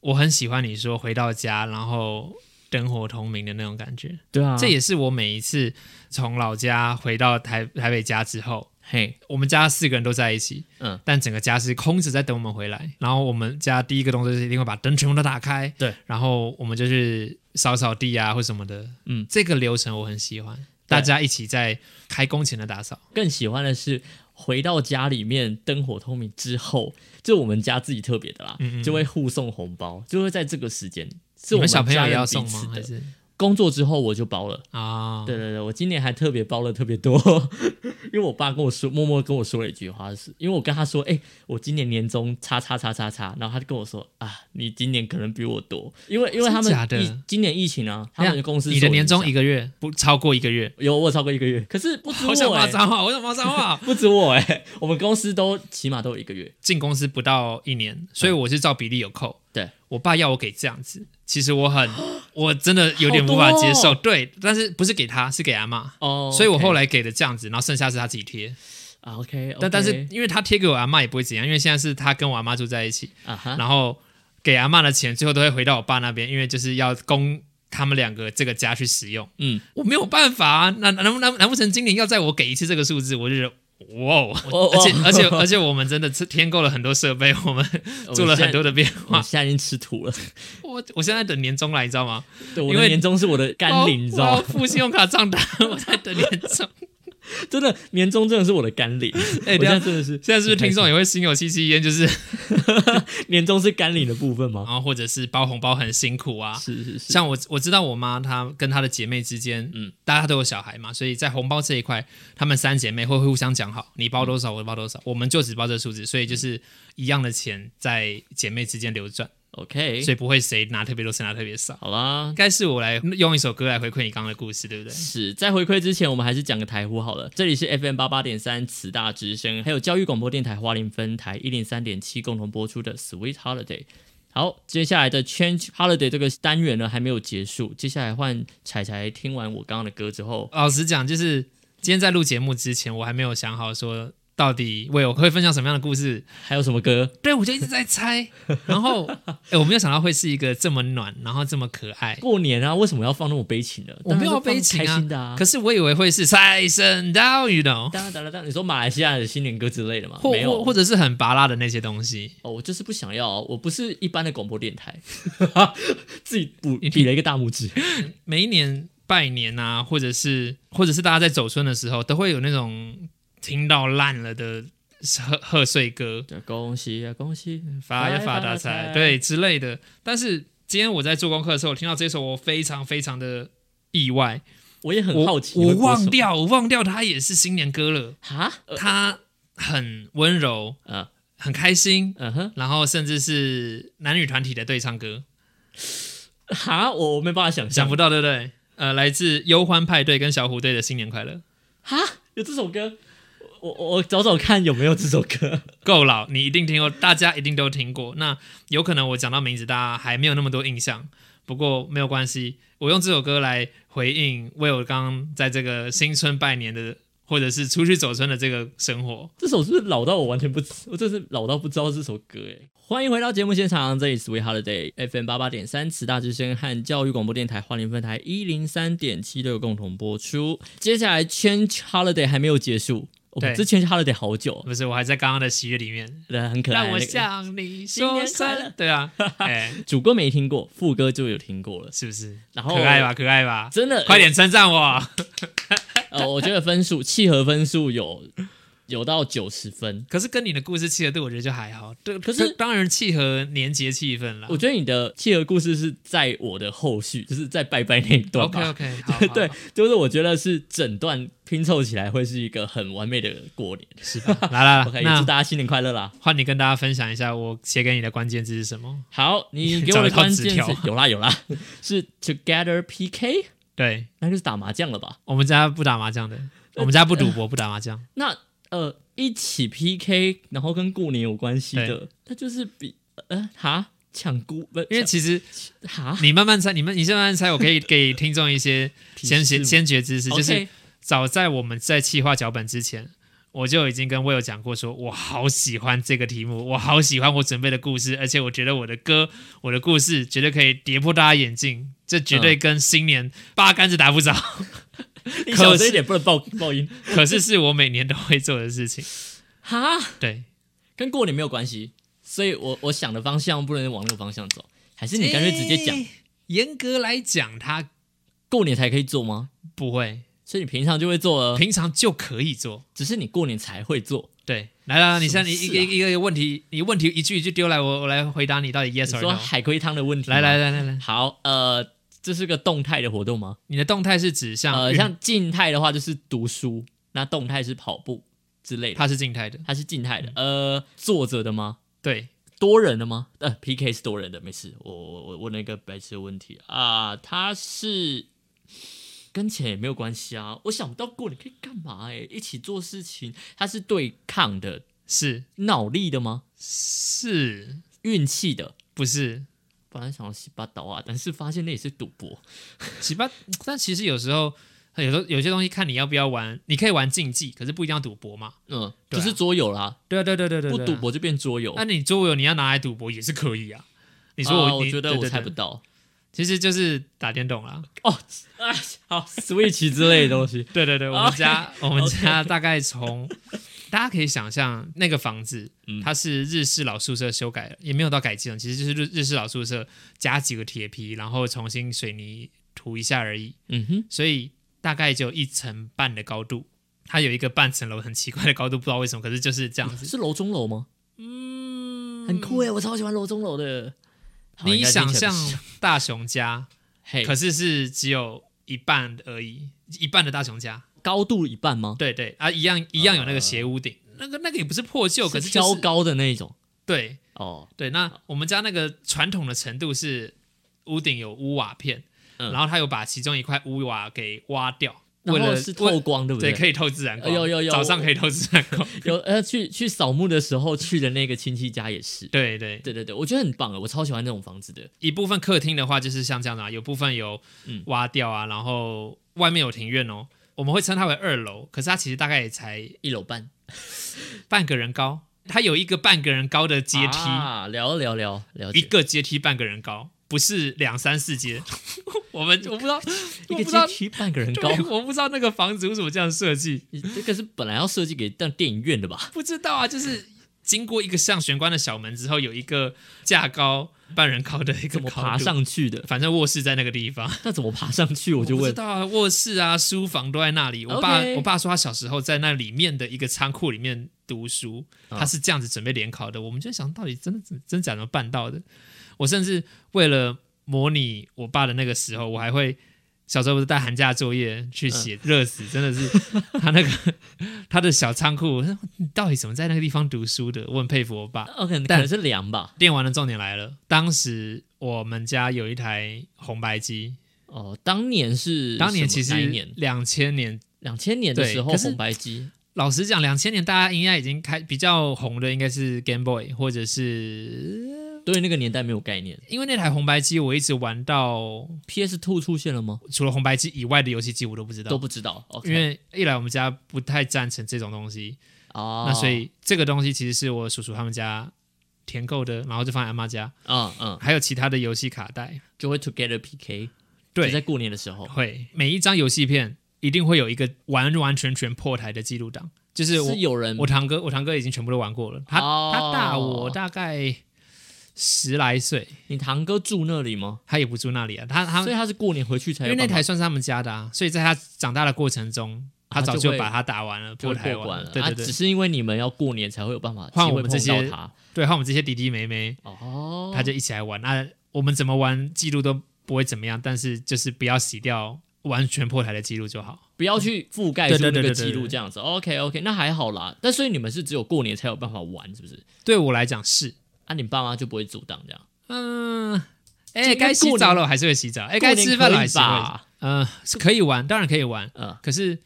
Speaker 2: 我很喜欢你说回到家，然后灯火通明的那种感觉。
Speaker 1: 对啊
Speaker 2: 这也是我每一次从老家回到台台北家之后，
Speaker 1: 嘿，
Speaker 2: 我们家四个人都在一起，
Speaker 1: 嗯，
Speaker 2: 但整个家是空着在等我们回来。然后我们家第一个动作就是一定会把灯全部都打开，
Speaker 1: 对，
Speaker 2: 然后我们就去扫扫地啊或什么的，
Speaker 1: 嗯，
Speaker 2: 这个流程我很喜欢，大家一起在开工前的打扫。
Speaker 1: 更喜欢的是回到家里面灯火通明之后，就我们家自己特别的啦，就会互送红包，就会在这个时间。是
Speaker 2: 嗯你
Speaker 1: 我
Speaker 2: 们小
Speaker 1: 家
Speaker 2: 朋友也
Speaker 1: 人
Speaker 2: 要
Speaker 1: 彼
Speaker 2: 送
Speaker 1: 此
Speaker 2: 吗？还
Speaker 1: 的，
Speaker 2: 是
Speaker 1: 工作之后我就包了。
Speaker 2: 啊，
Speaker 1: 对对对，我今年还特别包了特别多，因为我爸跟我说，默默跟我说了一句话，是因为我跟他说，哎、我今年年终叉叉叉叉叉，然后他就跟我说啊，你今年可能比我多，因为因为他们
Speaker 2: 真假的哎
Speaker 1: 疫今年疫情啊，他们的公司
Speaker 2: 你的年终一
Speaker 1: 一
Speaker 2: 个月不超过一个月，
Speaker 1: 有我有超过一个月，可是不止
Speaker 2: 好想
Speaker 1: 我、
Speaker 2: 骂
Speaker 1: 欸，
Speaker 2: 脏话，我想骂脏话。 (laughs)
Speaker 1: 不止我哎、我们公司都起码都有一个月，
Speaker 2: 进公司不到一年，所以我是照比例有扣。
Speaker 1: 对
Speaker 2: 我爸要我给这样子，其实我
Speaker 1: (gasps)
Speaker 2: 很，我真的有点无法接
Speaker 1: 好
Speaker 2: 受。对，但是不是给他，是给阿妈。
Speaker 1: 哦，
Speaker 2: 所以我后
Speaker 1: OK
Speaker 2: 来给的这样子，然后剩下是他自己贴。
Speaker 1: 啊 OK，,
Speaker 2: 但但是因为他贴给我阿妈也不会怎样，因为现在是他跟我阿妈住在一起，
Speaker 1: 啊哈，
Speaker 2: 然后给阿妈的钱最后都会回到我爸那边，因为就是要供他们两个这个家去使用。
Speaker 1: 嗯，
Speaker 2: 我没有办法啊，难难不难难不成今年要再我给一次这个数字，我就觉得。哇哦！
Speaker 1: 哦
Speaker 2: 而且而且而且，我们真的是添购了很多设备，哦我们做了很多
Speaker 1: 的。
Speaker 2: 的变
Speaker 1: 我
Speaker 2: (laughs) 化。
Speaker 1: 现在已经吃土了，
Speaker 2: 我我现在等年终来，你知道吗？
Speaker 1: 对，我
Speaker 2: 因
Speaker 1: 的
Speaker 2: 为哦
Speaker 1: 年终是我的甘霖，你知
Speaker 2: 我
Speaker 1: 道
Speaker 2: 要
Speaker 1: 吗？
Speaker 2: 付信用卡账单， (laughs) 我在等年终。
Speaker 1: 真的，年终真的是我的甘霖。
Speaker 2: (laughs) 哎
Speaker 1: 我
Speaker 2: 等一
Speaker 1: 现
Speaker 2: 下
Speaker 1: 在真的是
Speaker 2: (laughs) 现在是不是听众也会心有戚戚焉？就是
Speaker 1: 年终是甘霖的部分
Speaker 2: (laughs) 然
Speaker 1: 吗？
Speaker 2: 后或者是包红包很辛苦啊。
Speaker 1: 是是是，
Speaker 2: 像我我知道我妈她跟她的姐妹之间，
Speaker 1: 嗯
Speaker 2: 嗯，大家都有小孩嘛，所以在红包这一块，她们三姐妹会会互相讲好，你包多少，我包多少，我们就只包这数字，所以就是一样的钱在姐妹之间流转，
Speaker 1: OK，
Speaker 2: 所以不会谁拿特别多，谁拿特别少。
Speaker 1: 好啦
Speaker 2: 应。该是我来用一首歌来回馈你刚刚的故事，对不对？
Speaker 1: 是在回馈之前，我们还是讲个台呼好了。这里是 FM 八八点三慈大之声，还有教育广播电台花莲分台一零三点七共同播出的 Sweet Holiday。好，接下来的 Change Holiday 这个单元呢还没有结束，接下来换彩彩听完我刚刚的歌之后，
Speaker 2: 老实讲，就是今天在录节目之前，我还没有想好说到底为我会分享什么样的故事。
Speaker 1: 还有什么歌？
Speaker 2: 对，我就一直在猜。然后，哎，我没有想到会是一个这么暖，然后这么可爱。
Speaker 1: 过年啊，为什么要放那么悲情的？
Speaker 2: 我没有
Speaker 1: 当然是放
Speaker 2: 悲情啊
Speaker 1: 开心的啊。
Speaker 2: 可是我以为会是财神到，you know，
Speaker 1: 当然当然当然，你说马来西亚的新年歌之类的吗？
Speaker 2: 或
Speaker 1: 没有啊
Speaker 2: 或，或者是很拔辣的那些东西。
Speaker 1: 哦，我就是不想要，我不是一般的广播电
Speaker 2: (laughs)
Speaker 1: 台，自己补比了一个大拇指。
Speaker 2: 每一年拜年啊，或者是或者是大家在走春的时候，都会有那种听到烂了的贺贺岁歌。
Speaker 1: 对恭喜啊，恭喜！
Speaker 2: 发呀
Speaker 1: 发呀发
Speaker 2: 发大
Speaker 1: 大
Speaker 2: 财
Speaker 1: 财，
Speaker 2: 对之类的。但是今天我在做功课的时候，我听到这首，我非常非常的意外，
Speaker 1: 我也很
Speaker 2: 我
Speaker 1: 好奇，
Speaker 2: 我忘掉，我忘掉它也是新年歌了，
Speaker 1: 哈，呃
Speaker 2: 它很温柔，
Speaker 1: 呃
Speaker 2: 很开心。
Speaker 1: 嗯哼，
Speaker 2: 然后甚至是男女团体的对唱歌，
Speaker 1: 哈，我我没办法想
Speaker 2: 想
Speaker 1: 象，
Speaker 2: 不到对不对？呃，来自忧欢派对跟小虎队的新年快乐，
Speaker 1: 哈，有这首歌，我我我找找看有没有这首歌。 (laughs)
Speaker 2: 够老，你一定听过，大家一定都听过。那有可能我讲到名字，大家还没有那么多印象，不过没有关系，我用这首歌来回应 Will 刚刚在这个新春拜年的，或者是出去走春的这个生活。
Speaker 1: 这首是不是老到我完全不知，我真是老到不知道这首歌哎。欢迎回到节目现场，这里是 We Holiday FM 八八点三，慈大之声和教育广播电台花莲分台一零三点七六共同播出。接下来 Change Holiday 还没有结束，我们
Speaker 2: 对
Speaker 1: 这 Change Holiday 好久哦，
Speaker 2: 不是，我还在刚刚的喜悦里面，
Speaker 1: 对，啊很可爱。
Speaker 2: 让我
Speaker 1: 那个
Speaker 2: 向你
Speaker 1: 新
Speaker 2: 说
Speaker 1: 年快乐
Speaker 2: 声。对啊， (laughs) 哎、
Speaker 1: 主歌没听过，副歌就有听过了，
Speaker 2: 是不是？
Speaker 1: 然
Speaker 2: 可
Speaker 1: 后
Speaker 2: 爱吧，可爱吧，
Speaker 1: 真的
Speaker 2: 快点称赞我。
Speaker 1: 呃，我觉得分数契合分数有有到九十分。
Speaker 2: 可是跟你的故事契合度，我觉得就还好。对，
Speaker 1: 可是
Speaker 2: 当然契合年节气氛啦
Speaker 1: 我。觉得你的契合故事是在我的后续，就是在拜拜那一段吧。 (laughs)
Speaker 2: OK OK，好，好
Speaker 1: 对
Speaker 2: 好，
Speaker 1: 就是我觉得是整段拼凑起来会是一个很完美的过年。
Speaker 2: 是吧？
Speaker 1: (laughs)
Speaker 2: 来来
Speaker 1: OK，
Speaker 2: 来，
Speaker 1: 也祝
Speaker 2: 那
Speaker 1: 大家新年快乐啦！
Speaker 2: 换你跟大家分享一下，我写给你的关键字是什么？
Speaker 1: 好，
Speaker 2: (laughs)
Speaker 1: 你给我的关键
Speaker 2: 找得到纸
Speaker 1: 词有啦有啦，是 Together PK，
Speaker 2: 对
Speaker 1: 那就是打麻将了吧？
Speaker 2: 我们家不打麻
Speaker 1: (laughs)
Speaker 2: 将的，我们家不赌博，不打麻将。
Speaker 1: 那呃，一起 PK，然后跟过年有关系的，那就是比呃哈抢孤，不是
Speaker 2: 因为其实
Speaker 1: 抢哈
Speaker 2: 你慢慢猜，你们你先慢慢猜，我可以给听众一些
Speaker 1: 提
Speaker 2: 先
Speaker 1: 示
Speaker 2: 先先决知识，就是
Speaker 1: OK，
Speaker 2: 早在我们在企划脚本之前，我就已经跟 Will 讲过说，我好喜欢这个题目，我好喜欢我准备的故事，而且我觉得我的歌、我的故事绝对可以跌破大家眼镜，这绝
Speaker 1: 嗯
Speaker 2: 对跟新年八竿子打不着。 (laughs)
Speaker 1: 你
Speaker 2: 可
Speaker 1: 小声一
Speaker 2: 是
Speaker 1: 点，不能爆爆音。
Speaker 2: 可是是我每年都会做的事情。
Speaker 1: 哈，
Speaker 2: 对，
Speaker 1: 跟过年没有关系，所以我我想的方向不能往那个方向走，还是你干脆直接讲
Speaker 2: 诶。严格来讲，他
Speaker 1: 过年才可以做吗？
Speaker 2: 不会，
Speaker 1: 所以你平常就会做了，
Speaker 2: 平常就可以做。
Speaker 1: 只是你过年才会做。
Speaker 2: 对，来来，来你
Speaker 1: 什么
Speaker 2: 现在你一
Speaker 1: 事啊
Speaker 2: 个一个一个问题，你问题一句一句丢来，我我来回答你到底
Speaker 1: 你
Speaker 2: yes or
Speaker 1: 说
Speaker 2: no。
Speaker 1: 海龟汤的问题吗，
Speaker 2: 来来来来来，
Speaker 1: 好，呃，这是个动态的活动吗？
Speaker 2: 你的动态是指向
Speaker 1: 呃，
Speaker 2: 运
Speaker 1: 像静态的话就是读书，那动态是跑步之类的。
Speaker 2: 它是静态的，
Speaker 1: 它是静态的，呃，坐着的吗？
Speaker 2: 对，
Speaker 1: 多人的吗？呃，PK 是多人的，没事。我我我问了一个白痴的问题啊、它是跟钱也没有关系啊。我想不到过你可以干嘛哎、一起做事情，它是对抗的、
Speaker 2: 是
Speaker 1: 脑力的吗？
Speaker 2: 是
Speaker 1: 运气的？
Speaker 2: 不是？
Speaker 1: 本来想要洗八刀啊，但是发现那也是赌博。
Speaker 2: 洗吧，但其实有时候有时候有些东西看你要不要玩，你可以玩竞技，可是不一定要赌博嘛。
Speaker 1: 嗯，
Speaker 2: 对
Speaker 1: 就
Speaker 2: 啊
Speaker 1: 是桌游啦，
Speaker 2: 对啊，对对对对
Speaker 1: 不
Speaker 2: 对啊
Speaker 1: 赌。博就变桌游。
Speaker 2: 那你桌游你要拿来赌博也是可以啊。你说
Speaker 1: 啊
Speaker 2: 我，
Speaker 1: 我
Speaker 2: 你
Speaker 1: 觉得
Speaker 2: 对
Speaker 1: 我
Speaker 2: 对
Speaker 1: 猜不
Speaker 2: 对 (laughs)
Speaker 1: 到
Speaker 2: 其实就是打电动啦。
Speaker 1: 哦，哎，好，Switch 之类的东西。
Speaker 2: 对对对，我
Speaker 1: 哦 OK，
Speaker 2: 们家 (laughs) 我们家大概从大家可以想象那个房子
Speaker 1: 嗯，
Speaker 2: 它是日式老宿舍修改了，也没有到改建，其实就是日日式老宿舍加几个铁皮，然后重新水泥涂一下而已，
Speaker 1: 嗯哼，
Speaker 2: 所以大概只有一层半的高度。它有一个半层楼很奇怪的高度，不知道为什么，可是就是这样子。
Speaker 1: 是楼中楼吗？嗯，很酷哎，我超喜欢楼中楼的。好
Speaker 2: 你想，象
Speaker 1: 应该听起来
Speaker 2: 大
Speaker 1: (laughs)
Speaker 2: 熊
Speaker 1: 不
Speaker 2: 家，
Speaker 1: 是
Speaker 2: 可
Speaker 1: 嘿，
Speaker 2: 是是只有一半而已，一半的大熊家。
Speaker 1: 高度一半吗？
Speaker 2: 对对啊，一样一样有那个斜屋顶，那个那个也不是破旧，可是就
Speaker 1: 呃挑
Speaker 2: 是
Speaker 1: 高的那一种。
Speaker 2: 对
Speaker 1: 哦，
Speaker 2: 对，那我们家那个传统的程度是屋顶有屋瓦片，
Speaker 1: 嗯
Speaker 2: 然后他有把其中一块屋瓦给挖掉，为
Speaker 1: 然后
Speaker 2: 了
Speaker 1: 是透光，对不
Speaker 2: 对，
Speaker 1: 对？
Speaker 2: 可以透自然光，
Speaker 1: 有有有
Speaker 2: 早上可以透自然光，
Speaker 1: 有呃，去去扫墓的时候去的那个亲戚家也是。
Speaker 2: 对对，
Speaker 1: 对对对，我觉得很棒啊，我超喜欢那种房子的。
Speaker 2: 一部分客厅的话就是像这样的、啊，有部分有
Speaker 1: 嗯
Speaker 2: 挖掉啊，然后外面有庭院哦，我们会称它为二楼，可是它其实大概也才
Speaker 1: 一楼半
Speaker 2: 半个人高，它有一个半个人高的阶梯，
Speaker 1: 啊，聊聊聊了
Speaker 2: 一
Speaker 1: 解。
Speaker 2: 个阶梯半个人高，不是两三四阶。 (laughs) 我们我不知道，
Speaker 1: 一
Speaker 2: 我
Speaker 1: 个
Speaker 2: 不知道
Speaker 1: 阶，梯半个人高，
Speaker 2: 对，我不知道那个房子为什么这样设计，
Speaker 1: 你这个是本来要设计给当电影院的吧？
Speaker 2: 不知道啊，就是。经过一个像玄关的小门之后，有一个架高半人高的一个
Speaker 1: 怎
Speaker 2: 高
Speaker 1: 么
Speaker 2: 度
Speaker 1: 爬，上去的？
Speaker 2: 反正卧室在那个地方，
Speaker 1: 那怎么爬上去？我就
Speaker 2: 不知
Speaker 1: 问。
Speaker 2: 道啊，卧室啊、书房都在那里。我爸
Speaker 1: OK
Speaker 2: 我爸说他小时候在那里面的一个仓库里面读书，
Speaker 1: 啊
Speaker 2: 他是这样子准备联考的。我们就想到底真的真真假怎么办到的？我甚至为了模拟我爸的那个时候，我还会小时候不是带寒假作业去写，热死，真的是他那个 (laughs) 他的小仓库，我说你到底怎么在那个地方读书的？我很佩服我爸。
Speaker 1: OK，可哦能是凉吧。
Speaker 2: 练完了，重点来了，当时我们家有一台红白机，
Speaker 1: 哦，当年是
Speaker 2: 当年
Speaker 1: 什
Speaker 2: 其
Speaker 1: 么
Speaker 2: 实
Speaker 1: 哪一年
Speaker 2: 两千年
Speaker 1: 两千年的
Speaker 2: 对
Speaker 1: 时候
Speaker 2: 可是
Speaker 1: 红白机
Speaker 2: 老实讲，两千年大家应该已经开比较红的，应该是 Game Boy，或者是
Speaker 1: 对那个年代没有概念。
Speaker 2: 因为那台红白机，我一直玩到
Speaker 1: PS Two 出现了吗？
Speaker 2: 除了红白机以外的游戏机我都不知
Speaker 1: 都
Speaker 2: 道，
Speaker 1: 不知道。OK，
Speaker 2: 因为一来我们家不太赞成这种东西，
Speaker 1: 哦，
Speaker 2: 那所以这个东西其实是我叔叔他们家填购的，然后就放在阿妈家，
Speaker 1: 嗯嗯，
Speaker 2: 还有其他的游戏卡带，
Speaker 1: 就会 Together PK，就在
Speaker 2: 对，
Speaker 1: 过年的时候，
Speaker 2: 会每一张游戏片一定会有一个完完全全破台的记录档，就是我
Speaker 1: 是有人
Speaker 2: 我堂哥，我堂哥已经全部都玩过了。他、
Speaker 1: 哦
Speaker 2: 他大我大概十来岁，
Speaker 1: 你堂哥住那里吗？
Speaker 2: 他也不住那里啊。他他
Speaker 1: 所以他是过年回去才
Speaker 2: 因
Speaker 1: 有
Speaker 2: 为那
Speaker 1: 办法
Speaker 2: 台算是他们家的啊，所以在他长大的过程中，
Speaker 1: 啊
Speaker 2: 他早
Speaker 1: 就
Speaker 2: 就
Speaker 1: 会
Speaker 2: 把他打完了，
Speaker 1: 就
Speaker 2: 破
Speaker 1: 会
Speaker 2: 台
Speaker 1: 过关了，
Speaker 2: 对
Speaker 1: 啊
Speaker 2: 对
Speaker 1: 只
Speaker 2: 对，
Speaker 1: 是因为你们要过年才会有办法
Speaker 2: 换
Speaker 1: 机
Speaker 2: 我
Speaker 1: 会
Speaker 2: 们这
Speaker 1: 碰到
Speaker 2: 些
Speaker 1: 他
Speaker 2: 对，和我们这些弟弟妹妹，
Speaker 1: 哦，
Speaker 2: 他就一起来玩。那、我们怎么玩，记录都不会怎么样，但是就是不要洗掉完全破台的记录就好。
Speaker 1: 不要去覆盖
Speaker 2: 对
Speaker 1: 住
Speaker 2: 对
Speaker 1: 那
Speaker 2: 对
Speaker 1: 个
Speaker 2: 对对
Speaker 1: 记录
Speaker 2: 对
Speaker 1: 这样子。OK OK，那还好啦。但所以你们是只有过年才有办法玩，是不是？
Speaker 2: 对我来讲是，
Speaker 1: 啊，你爸妈就不会阻挡这样。
Speaker 2: 嗯，
Speaker 1: 这
Speaker 2: 哎，
Speaker 1: 应该
Speaker 2: 该洗
Speaker 1: 过年
Speaker 2: 澡了我还是会洗澡，哎，
Speaker 1: 过
Speaker 2: 该
Speaker 1: 年
Speaker 2: 吃饭
Speaker 1: 可
Speaker 2: 了
Speaker 1: 以
Speaker 2: 还是会
Speaker 1: 吧，
Speaker 2: 嗯、是可以玩，当然可以玩。
Speaker 1: 嗯，
Speaker 2: 可是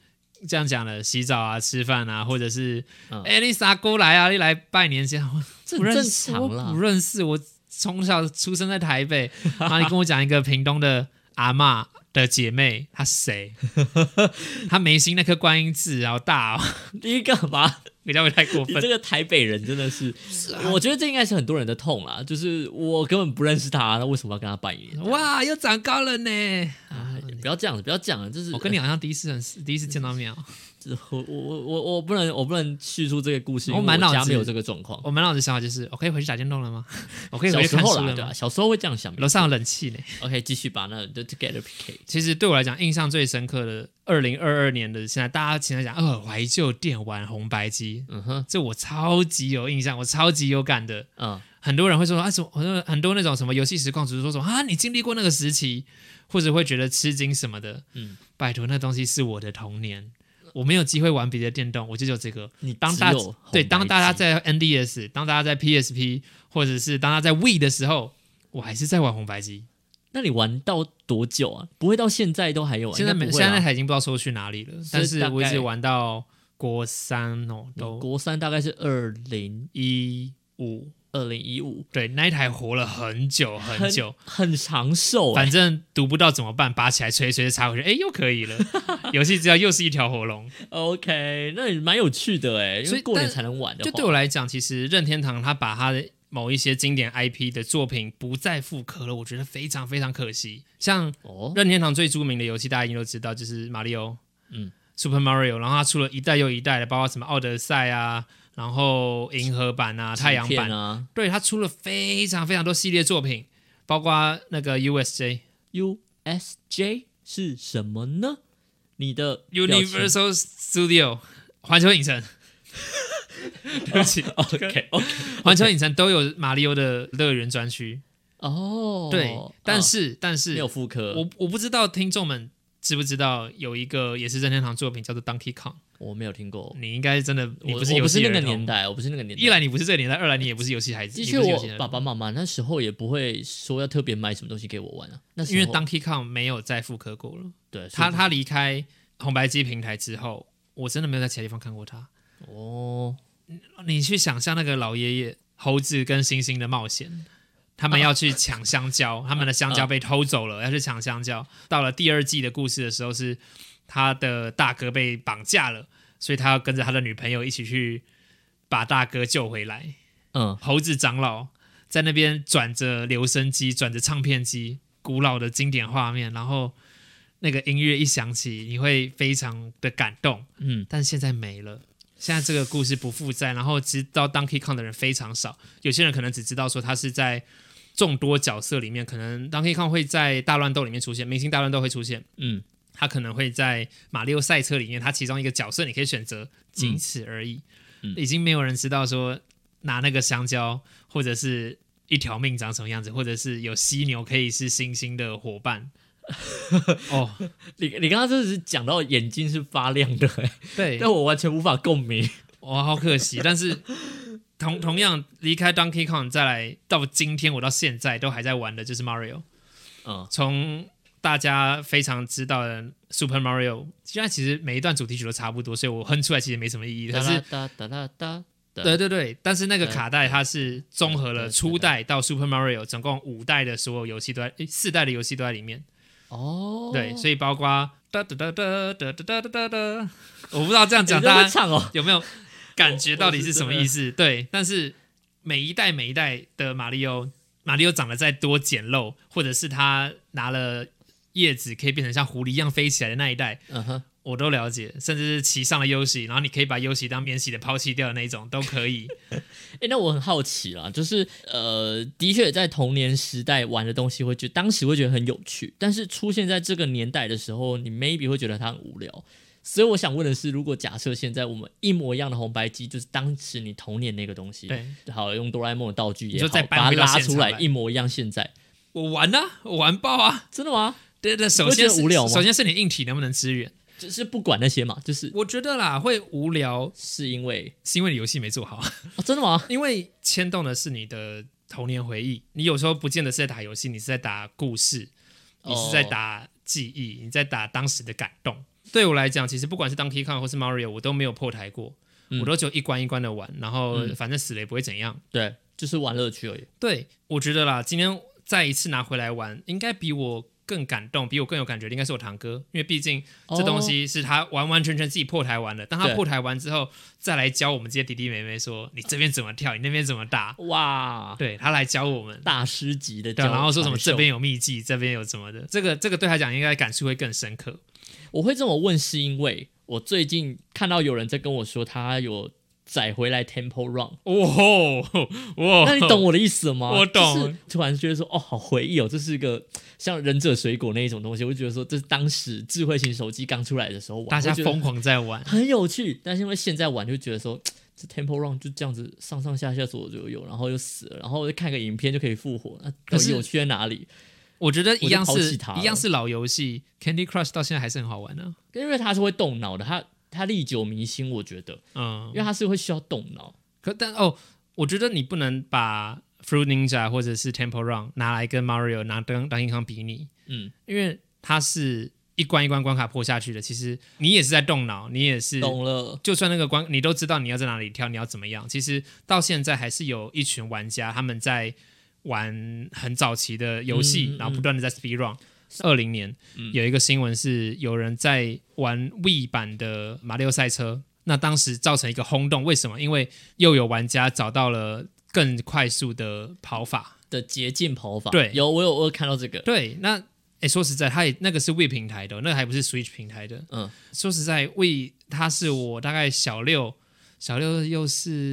Speaker 2: 这样讲了，洗澡啊、吃饭啊，或者是哎、
Speaker 1: 嗯
Speaker 2: 你啥过来啊？你来拜年先，我
Speaker 1: 这
Speaker 2: 不
Speaker 1: 很
Speaker 2: 认
Speaker 1: 正
Speaker 2: 识，
Speaker 1: 常
Speaker 2: 我
Speaker 1: 啦
Speaker 2: 不。 (laughs) 认识，我从小出生在台
Speaker 1: (laughs)
Speaker 2: 北，然后你跟我讲一个屏东的阿嬷的姐妹，
Speaker 1: (laughs)
Speaker 2: 她谁？她眉心那颗观音痣好大哦， (laughs)
Speaker 1: 你干嘛？
Speaker 2: 比较会太
Speaker 1: (laughs)
Speaker 2: 过
Speaker 1: 你
Speaker 2: 分
Speaker 1: 这。个台北人真的
Speaker 2: (laughs)
Speaker 1: 是，
Speaker 2: 啊
Speaker 1: 我觉得这应该是很多人的痛啦。就是我根本不认识他，那为什么要跟他拜年？
Speaker 2: 哇，又长高了呢！
Speaker 1: 啊，不要这样子，不要这样子，就是呃
Speaker 2: 我跟你好像第一次很第一次见到面哦。
Speaker 1: 这我我我我我不能我不能叙述这个故事，因
Speaker 2: 我
Speaker 1: 为
Speaker 2: 满脑
Speaker 1: 我
Speaker 2: 子
Speaker 1: 家没有这个状况。
Speaker 2: 我满脑子想法就是，我可以回去打电动了吗？我可以
Speaker 1: 小
Speaker 2: 回去
Speaker 1: 时
Speaker 2: 看
Speaker 1: 候
Speaker 2: 书
Speaker 1: 啦，
Speaker 2: 了
Speaker 1: 对啊
Speaker 2: 吗
Speaker 1: 吧？？小时候会这样想。
Speaker 2: 楼上有冷气呢。
Speaker 1: OK，继续吧，那就 Together PK。
Speaker 2: 其实对我来讲，印象最深刻的，二零二二年的现在，大家现在讲，呃，怀旧电玩红白机，
Speaker 1: 嗯哼，
Speaker 2: 这我超级有印象，我超级有感的。
Speaker 1: 嗯，
Speaker 2: 很多人会说啊，什么很多很多那种什么游戏实况主是说什么啊，你经历过那个时期，或者会觉得吃惊什么的。
Speaker 1: 嗯，
Speaker 2: 拜托，那东西是我的童年，我没有机会玩别的电动，我就有这个。
Speaker 1: 你
Speaker 2: 当
Speaker 1: 只
Speaker 2: 大
Speaker 1: 有红
Speaker 2: 对
Speaker 1: 白
Speaker 2: 当大家
Speaker 1: 机
Speaker 2: 在 NDS，当大家在 PSP，或者是当大家在 We 的时候，我还是在玩红白机。
Speaker 1: 那你玩到多久啊？不会到现在都还有玩？啊
Speaker 2: 现在
Speaker 1: 应该
Speaker 2: 没，
Speaker 1: 不
Speaker 2: 现
Speaker 1: 会吧
Speaker 2: 在还已经不知道收去哪里了，但是
Speaker 1: 大
Speaker 2: 我一直
Speaker 1: 概
Speaker 2: 玩到国三哦，
Speaker 1: 嗯
Speaker 2: 都
Speaker 1: 国三大概是二零
Speaker 2: 一五。
Speaker 1: 二零一五，
Speaker 2: 对，那一台活了很久很
Speaker 1: 很
Speaker 2: 久，
Speaker 1: 很长寿、欸。
Speaker 2: 反正读不到怎么办？拔起来吹一吹就插回去，哎，又可以
Speaker 1: (laughs)
Speaker 2: 了。游戏资料又是一条活龙。
Speaker 1: OK，那也蛮有趣的哎、因
Speaker 2: 所
Speaker 1: 为
Speaker 2: 以
Speaker 1: 过年
Speaker 2: 但
Speaker 1: 才能玩的话。
Speaker 2: 就对我来讲，其实任天堂他把他的某一些经典 IP 的作品不再复刻了，我觉得非常非常可惜。像
Speaker 1: 哦，
Speaker 2: 任天堂最著名的游戏，大家一定都知道，就是马里奥，
Speaker 1: 嗯
Speaker 2: ，Super Mario。然后它出了一代又一代的，包括什么奥德赛啊，然后银河版啊、太阳
Speaker 1: 纸片
Speaker 2: 版，
Speaker 1: 啊
Speaker 2: 对，它出了非常非常多系列作品，包括那个 USJ。
Speaker 1: ，USJ 是什么呢？你的表情
Speaker 2: Universal Studio 环球影城， (laughs) 对不起
Speaker 1: OK 哦 OK
Speaker 2: (laughs) 环球影城都有马里奥的乐园专区。
Speaker 1: 哦，
Speaker 2: 对，但是、但
Speaker 1: 啊、
Speaker 2: 是
Speaker 1: 没有复刻，我
Speaker 2: 我我不知道听众们知不知道有一个也是任天堂作品叫做 Donkey Kong，
Speaker 1: 我没有听过，
Speaker 2: 你应该真的你
Speaker 1: 我
Speaker 2: 是
Speaker 1: 我
Speaker 2: 游
Speaker 1: 不是
Speaker 2: 戏
Speaker 1: 那
Speaker 2: 儿
Speaker 1: 个
Speaker 2: 童
Speaker 1: 年，代，我不是那个年代。
Speaker 2: 一来你不是这个年代，二来你也不是游戏孩子，
Speaker 1: 的
Speaker 2: 你
Speaker 1: 确，
Speaker 2: 不是游戏
Speaker 1: 我
Speaker 2: 儿
Speaker 1: 爸
Speaker 2: 童
Speaker 1: 爸妈妈那时候也不会说要特别买什么东西给我玩啊。那时
Speaker 2: 因为
Speaker 1: 候
Speaker 2: Donkey Kong 没有再复刻过了，
Speaker 1: 对
Speaker 2: 他
Speaker 1: 是
Speaker 2: 他离开红白机平台之后，我真的没有在其他地方看过他。
Speaker 1: 哦，
Speaker 2: 你去想象那个老爷爷猴子跟猩猩的冒险，他们要去抢香蕉，
Speaker 1: 啊
Speaker 2: 他们的香蕉被偷走了，要去抢香蕉。到了第二季的故事的时候，是他的大哥被绑架了，所以他要跟着他的女朋友一起去把大哥救回来。
Speaker 1: 嗯，
Speaker 2: 猴子长老在那边转着留声机，转着唱片机，古老的经典画面，然后那个音乐一响起，你会非常的感动。
Speaker 1: 嗯，
Speaker 2: 但现在没了。现在这个故事不负债，然后知道 Donkey Kong 的人非常少，有些人可能只知道说他是在众多角色里面，可能 Donkey Kong 会在大乱斗里面出现，明星大乱斗会出现，
Speaker 1: 嗯，
Speaker 2: 他可能会在马里奥赛车里面，他其中一个角色你可以选择，仅此而已，
Speaker 1: 嗯
Speaker 2: 已经没有人知道说拿那个香蕉或者是一条命长什么样子，或者是有犀牛可以是星星的伙伴。哦，
Speaker 1: 你你刚刚真的是讲到眼睛是发亮
Speaker 2: (laughs)
Speaker 1: 的、欸，
Speaker 2: 对，
Speaker 1: 但我完全无法共鸣。
Speaker 2: 哇，好可惜。但是同同样离开 Donkey Kong 再来到今天，我到现在都还在玩的就是 Mario。
Speaker 1: 嗯，
Speaker 2: 从大家非常知道的 Super Mario，现在其实每一段主题曲都差不多，所以我哼出来其实没什么意义。但是
Speaker 1: 哒哒哒哒哒
Speaker 2: 对对对，但是那个卡带它是综合了初代到 Super Mario 总共五代的所有游戏都在，诶呃四代的游戏都在里面。
Speaker 1: 哦，
Speaker 2: 对，
Speaker 1: 以
Speaker 2: 所以包括哒哒哒哒哒哒哒哒哒，我不知道这样讲
Speaker 1: 讲大
Speaker 2: 大家
Speaker 1: 唱哦，
Speaker 2: 有没有感觉到底是什么意思？对，但是每一代每一代的马里奥，马里奥长得再多简陋，或者是他拿了叶子可以变成像狐狸一样飞起来的那一代，
Speaker 1: 嗯哼，
Speaker 2: 我都了解，甚至是骑上了优喜，然后你可以把优喜当免洗的抛弃掉的那一种都可以。
Speaker 1: 哎，那我很好奇啦，就是呃，的确在童年时代玩的东西，会觉得当时会觉得很有趣，但是出现在这个年代的时候，你 maybe 会觉得它很无聊。所以我想问的是，如果假设现在我们一模一样的红白机，就是当时你童年那个东西，
Speaker 2: 对，
Speaker 1: 好用哆啦 A 梦的道具
Speaker 2: 你
Speaker 1: 也
Speaker 2: 就
Speaker 1: 好，
Speaker 2: 再搬
Speaker 1: 把它
Speaker 2: 回到
Speaker 1: 拉
Speaker 2: 现
Speaker 1: 出
Speaker 2: 场
Speaker 1: 来
Speaker 2: 来
Speaker 1: 一模一样。现在
Speaker 2: 我玩啊，我玩爆啊！
Speaker 1: 真的吗？
Speaker 2: 对对，首
Speaker 1: 会觉
Speaker 2: 先
Speaker 1: 得
Speaker 2: 是
Speaker 1: 无聊吗
Speaker 2: 首先是你硬体能不能支援？
Speaker 1: 就是不管那些嘛，就是
Speaker 2: 我觉得啦，会无聊
Speaker 1: 是因为
Speaker 2: 是因为你游戏没做好。 (laughs)
Speaker 1: 哦，真的吗？
Speaker 2: 因为牵动的是你的童年回忆，你有时候不见得是在打游戏，你是在打故事，
Speaker 1: 哦
Speaker 2: 你是在打记忆，你在打当时的感动。对我来讲，其实不管是 Donkey Kong 或是 Mario，我都没有破台过，
Speaker 1: 嗯
Speaker 2: 我都只有一关一关的玩，然后
Speaker 1: 嗯
Speaker 2: 反正死了也不会怎样。
Speaker 1: 哦对，就是玩乐趣而已。
Speaker 2: 对我觉得啦，今天再一次拿回来玩，应该比我更感动，比我更有感觉的应该是我堂哥，因为毕竟这东西是他完完全全自己破台玩的。当他
Speaker 1: 哦对
Speaker 2: 破台完之后，再来教我们这些弟弟妹妹说，你这边怎么跳，你那边怎么打，
Speaker 1: 哦哇，
Speaker 2: 对他来教我们，
Speaker 1: 大师级的
Speaker 2: 对，啊
Speaker 1: 教，
Speaker 2: 然后说什么
Speaker 1: 传授
Speaker 2: 这边有秘籍，这边有什么的，这个这个对他讲应该感触会更深刻。
Speaker 1: 我会这么问，是因为我最近看到有人在跟我说他有载回来 Temple Run，、
Speaker 2: 哇吼哇，
Speaker 1: 那你懂？我的意思了吗？
Speaker 2: 哦 (laughs) 我懂
Speaker 1: 就是突然觉得说，哦，好回忆哦，这是一个像忍者水果那一种东西，我就觉得说这是当时智慧型手机刚出来的时候玩，
Speaker 2: 大家
Speaker 1: 我觉得 (laughs)
Speaker 2: 疯狂在玩，
Speaker 1: 很有趣，但是因为现在玩就觉得说。这 Temple Run 就这样子上上下下左左右右，然后又死了，然后就看个影片就可以复活，那
Speaker 2: 可
Speaker 1: 到
Speaker 2: 是
Speaker 1: 底有趣在哪里？
Speaker 2: 我觉得一样
Speaker 1: 我就是抛弃它了
Speaker 2: 一样是老游戏，Candy Crush 到现在还是很好玩呢、
Speaker 1: 因为它是会动脑的，它它历久弥新，我觉得，
Speaker 2: 嗯
Speaker 1: 因，为它是会需要动脑。
Speaker 2: 可但哦，我觉得你不能把 Fruit Ninja 或者是 Temple Run 拿来跟 Mario 拿跟 d o n k 比拟，
Speaker 1: 嗯，
Speaker 2: 因为它是一关一关关卡破下去的。其实你也是在动脑，你也是
Speaker 1: 懂了，
Speaker 2: 就算那个关你都知道你要在哪里跳，你要怎么样，其实到现在还是有一群玩家他们在玩很早期的游戏，
Speaker 1: 嗯嗯嗯
Speaker 2: 然后不断的在 speed run。二零年、有一个新闻是有人在玩 V 版的马里奥赛车，那当时造成一个轰动，为什么？因为又有玩家找到了更快速的跑法。
Speaker 1: 的捷径跑法，
Speaker 2: 对
Speaker 1: 有我有我有看到这个，
Speaker 2: 对，那诶，说实在，它也那个是 V 平台的哦，那个还不是 Switch 平台的。
Speaker 1: 嗯，
Speaker 2: 说实在，为他是我大概小六，小六又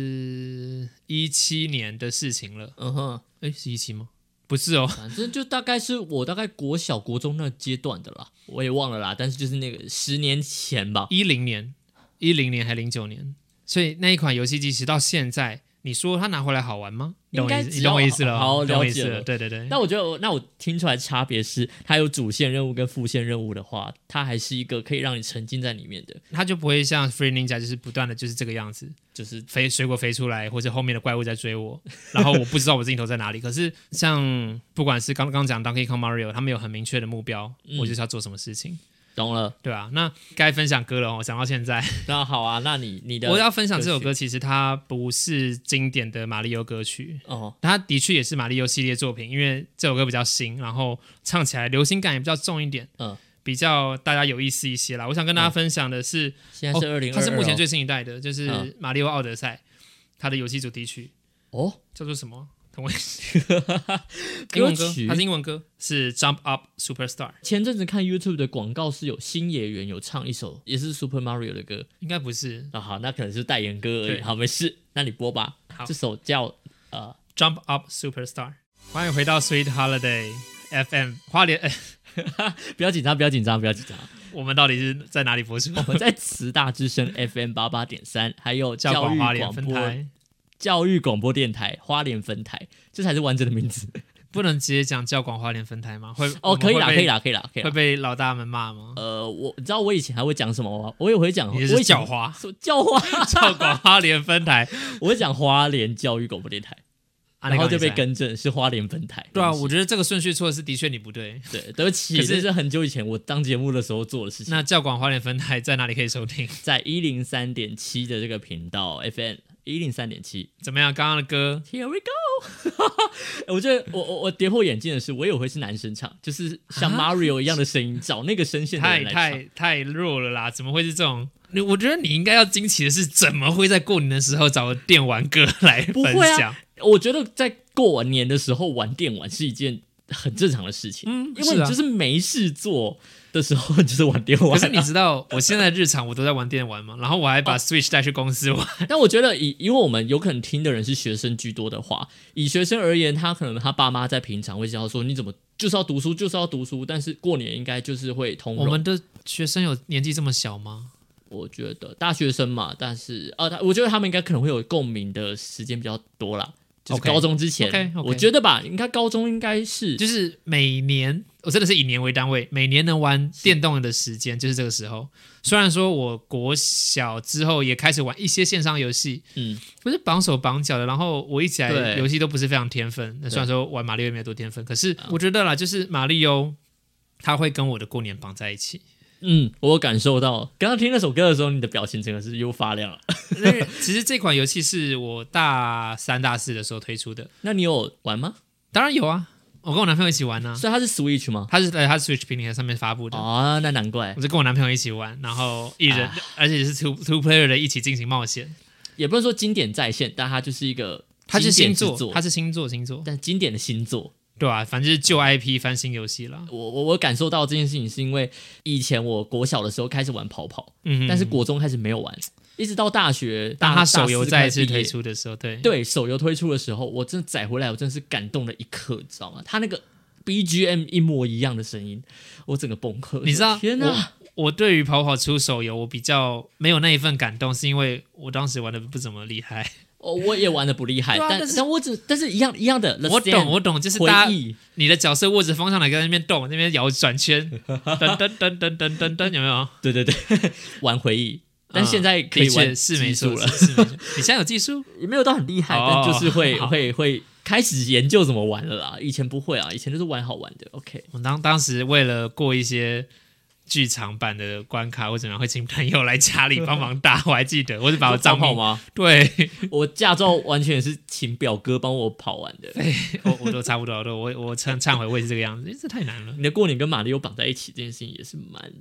Speaker 2: 是一七年的事情了。
Speaker 1: 嗯哼，
Speaker 2: 诶，是一七吗？不是哦，
Speaker 1: 反正就大概是我大概国小国中那阶段的啦，我也忘了啦，但是就是那个十年前吧，
Speaker 2: 一零年，一零年还零九年。所以那一款游戏机，其实到现在，你说它拿回来好玩吗？你懂我
Speaker 1: 应
Speaker 2: 意
Speaker 1: 该
Speaker 2: 思，
Speaker 1: 只
Speaker 2: 你懂我意思了哦，
Speaker 1: 好好
Speaker 2: 懂我
Speaker 1: 了
Speaker 2: 意思
Speaker 1: 解了
Speaker 2: 对对对，
Speaker 1: 那我觉得我，那我听出来差别是，它有主线任务跟副线任务的话，它还是一个可以让你沉浸在里面的，
Speaker 2: 它就不会像 Free Ninja 就是不断的就是这个样子。
Speaker 1: 就是
Speaker 2: 飞水果飞出来，或者后面的怪物在追我，然后我不知道我镜头在哪里。可是像不管是刚刚讲 Donkey Kong Mario，他们有很明确的目标，
Speaker 1: 嗯
Speaker 2: 我就是要做什么事情，
Speaker 1: 懂了。
Speaker 2: 对啊，那该分享歌了哦，讲到现在，
Speaker 1: 那好啊，那你你的
Speaker 2: 我要分享这首歌，其实它不是经典的马里奥歌曲。
Speaker 1: 哦，
Speaker 2: 它的确也是马里奥系列作品，因为这首歌比较新，然后唱起来流行感也比较重一点，
Speaker 1: 嗯
Speaker 2: 比较大家有意思一些啦。我想跟大家分享的是，
Speaker 1: 现在是二零、
Speaker 2: 哦
Speaker 1: 二
Speaker 2: 它是目前最新一代的，就是
Speaker 1: 嗯
Speaker 2: 《马里奥奥德赛》它的游戏主题曲，
Speaker 1: 哦，
Speaker 2: 叫做什么？等我一下，
Speaker 1: (laughs)
Speaker 2: 英
Speaker 1: 歌
Speaker 2: 文歌，
Speaker 1: 曲
Speaker 2: 它是英文歌，是 Jump Up Superstar，
Speaker 1: 前阵子看 YouTube 的广告是有新演员有唱一首也是 Super Mario 的歌，
Speaker 2: 应该不是
Speaker 1: 啊好，那可能是代言歌而
Speaker 2: 对
Speaker 1: 已，好没事，那你播吧
Speaker 2: 好。
Speaker 1: 这首叫呃
Speaker 2: Jump Up Superstar。欢迎回到 Sweet Holiday FM 花莲，哎
Speaker 1: 不要紧张，不要紧张，不要紧张。
Speaker 2: 我们到底是在哪里播出？
Speaker 1: 我们在 (laughs) 慈大之声 FM 八八点三，还有
Speaker 2: 教
Speaker 1: 教
Speaker 2: 广
Speaker 1: 育
Speaker 2: 花莲
Speaker 1: 广
Speaker 2: 分
Speaker 1: 播
Speaker 2: 台，
Speaker 1: 教育广播电台花莲分台，这才是完整的名
Speaker 2: (laughs)
Speaker 1: 字。
Speaker 2: 不能直接讲教广花莲分台吗？会
Speaker 1: 哦，可以啦，可以
Speaker 2: 了，
Speaker 1: 啦，可以啦，可以
Speaker 2: 会
Speaker 1: 啦。
Speaker 2: 被老大们骂吗？
Speaker 1: 呃，我你知道我以前还会讲什么吗？我也会讲，我
Speaker 2: 你
Speaker 1: 以
Speaker 2: 是
Speaker 1: 前，
Speaker 2: 教花
Speaker 1: 说叫花， (laughs)
Speaker 2: 教广花莲分台，
Speaker 1: 我会讲花莲教育广播电台，
Speaker 2: (laughs) 啊
Speaker 1: 然后就被。
Speaker 2: 你刚刚也在
Speaker 1: 更正是花莲分台。
Speaker 2: 对啊，
Speaker 1: 对不
Speaker 2: 我觉得这个顺序错是的确你不对。
Speaker 1: 起对，对不起，
Speaker 2: 可是
Speaker 1: 这是很久以前我当节目的时候做的事情。
Speaker 2: 那教广花莲分台在哪里可以收听？
Speaker 1: 在一零三点七的这个频道 FM 一零三点七
Speaker 2: 怎么样？刚刚的歌
Speaker 1: ，Here we go 。
Speaker 2: (laughs)
Speaker 1: 我觉得我我我跌破眼镜的是，我也会是男生唱，就是像 Mario 一样的声音，找那个声线的
Speaker 2: 太
Speaker 1: 人来唱。
Speaker 2: 啊太太弱了啦！怎么会是这种？你我觉得你应该要惊奇的是，怎么会在过年的时候找电玩歌来
Speaker 1: 不
Speaker 2: 分
Speaker 1: 会啊
Speaker 2: (laughs) 享？
Speaker 1: 我觉得在过完年的时候玩电玩是一件很正常的事情，
Speaker 2: 嗯
Speaker 1: 因为你
Speaker 2: 是啊
Speaker 1: 就是没事做的时候就是玩电玩
Speaker 2: 可。
Speaker 1: (laughs)
Speaker 2: 是你知道，我现在日常我都在玩电玩嘛，然后我还把 Switch 带去公司玩。
Speaker 1: 但我觉得以因为我们有可能听的人是学生居多的话，以学生而言，他可能他爸妈在平常会教说你怎么就是要读书，就是要读书，但是过年应该就是会通融。
Speaker 2: 我们的学生有年纪这么小吗？
Speaker 1: 我觉得大学生嘛，但是呃，他我觉得他们应该可能会有共鸣的时间比较多啦，就是
Speaker 2: OK
Speaker 1: 高中之前
Speaker 2: OK，OK
Speaker 1: 我觉得吧，应该高中应该是
Speaker 2: 就是每年，我真的是以年为单位，每年能玩电动的时间就是这个时候。虽然说我国小之后也开始玩一些线上游戏，
Speaker 1: 嗯，
Speaker 2: 不是绑手绑脚的，然后我一起来
Speaker 1: 对
Speaker 2: 游戏都不是非常天分。那虽然说玩马里奥也没有多天分，可是
Speaker 1: 嗯
Speaker 2: 我觉得啦，就是马里奥他会跟我的过年绑在
Speaker 1: (laughs)
Speaker 2: 一起。
Speaker 1: 嗯，我有感受到，刚刚听那首歌的时候，你的表情整个是又发亮了。 (laughs)
Speaker 2: 那个其实这款游戏是我大三大四的时候推出的，
Speaker 1: 那你有玩吗？
Speaker 2: 当然有啊，我跟我男朋友一起玩呢、
Speaker 1: 所以它是 Switch 吗？
Speaker 2: 他是在他 Switch 平台上面发布的。
Speaker 1: 啊、那难怪
Speaker 2: 我，就跟我男朋友一起玩，然后一
Speaker 1: 啊
Speaker 2: 人，而且是 two two player 的一起进行冒险。
Speaker 1: 也不能说经典再现，但它就是一个
Speaker 2: 它是
Speaker 1: 经
Speaker 2: 星
Speaker 1: 典之
Speaker 2: 座，
Speaker 1: 作，
Speaker 2: 它是星座，星座，
Speaker 1: 但经典的新作。
Speaker 2: 对啊，反正就是旧 IP 翻新游戏啦。
Speaker 1: 我我我感受到这件事情，是因为以前我国小的时候开始玩跑跑，
Speaker 2: 嗯哼，
Speaker 1: 但是国中开始没有玩，一直到大学，
Speaker 2: 当
Speaker 1: 大
Speaker 2: 它手游再一
Speaker 1: 大
Speaker 2: 次
Speaker 1: 四开
Speaker 2: 推
Speaker 1: 始毕业
Speaker 2: 出的时候，对
Speaker 1: 对手游推出的时候，我真的载回来，我真的是感动了一刻，你知道吗？他那个 BGM 一模一样的声音，我整个崩溃。
Speaker 2: 你知道
Speaker 1: 天哪！
Speaker 2: 我对于跑跑出手游，我比较没有那一份感动，是因为我当时玩的不怎么厉害。
Speaker 1: 哦，我也玩的不厉害，
Speaker 2: (laughs) 对啊
Speaker 1: 但
Speaker 2: 但是
Speaker 1: 但我只但是一样一样的，
Speaker 2: 我懂，我
Speaker 1: 懂，
Speaker 2: 懂，就是大
Speaker 1: 回
Speaker 2: 家
Speaker 1: 忆
Speaker 2: 你的角色握着方向盘在那边动，那
Speaker 1: (laughs)
Speaker 2: 边摇转圈，噔噔噔噔噔噔噔，有没有？
Speaker 1: 对对对， (laughs) 玩回忆。但现在可以
Speaker 2: 的
Speaker 1: 玩
Speaker 2: 嗯确是没
Speaker 1: 技术
Speaker 2: 错
Speaker 1: 了，
Speaker 2: 是是没错。你现在有技术？
Speaker 1: 也没有到很厉害，
Speaker 2: 哦
Speaker 1: 但就是
Speaker 2: (laughs)
Speaker 1: 会
Speaker 2: 好
Speaker 1: 会会开始研究怎么玩了啦。以前不会啊，以前就是玩好玩的。OK，
Speaker 2: 我当当时为了过一些剧场版的关卡，我怎么样会请朋友来家里帮忙打？我还记得，我是把我账
Speaker 1: 跑
Speaker 2: 号
Speaker 1: 吗？ (laughs)
Speaker 2: 对
Speaker 1: 我驾照完全是请表哥帮我跑完
Speaker 2: (laughs)
Speaker 1: 的。
Speaker 2: 我我都差不多，我都我我忏忏悔，我也是这个样子，这太难了，
Speaker 1: 你的过年跟马里奥绑在一起这件事情也是蛮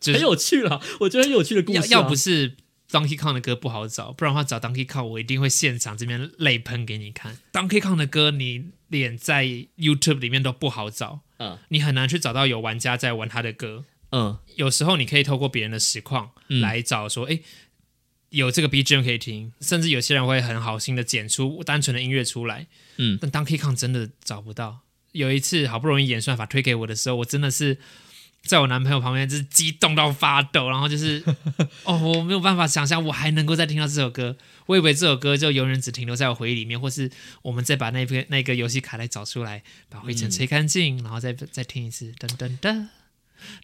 Speaker 2: 就
Speaker 1: 很
Speaker 2: 是
Speaker 1: 有趣啦，我觉得很有趣的故事、
Speaker 2: 要
Speaker 1: 啊。
Speaker 2: 要不是 Donkey Kong 的歌不好找，不然的话找 Donkey Kong，我一定会现场这边泪喷给你看。Donkey Kong 的歌，你连在 YouTube 里面都不好找，
Speaker 1: 嗯
Speaker 2: 你很难去找到有玩家在玩他的歌。
Speaker 1: 嗯
Speaker 2: 有时候你可以透过别人的实况
Speaker 1: 嗯
Speaker 2: 来找说，哎、有这个 BGM 可以听，甚至有些人会很好心的剪出单纯的音乐出来，
Speaker 1: 嗯
Speaker 2: 但 Donkey Kong 真的找不到。有一次好不容易演算法推给我的时候，我真的是在我男朋友旁边，就是激动到发抖，然后就是 (laughs) 哦，我没有办法想象我还能够再听到这首歌。我以为这首歌就永远只停留在我回忆里面，或是我们再把那篇那个游戏卡来找出来，把灰尘吹干净，然后再再听一次，噔噔噔。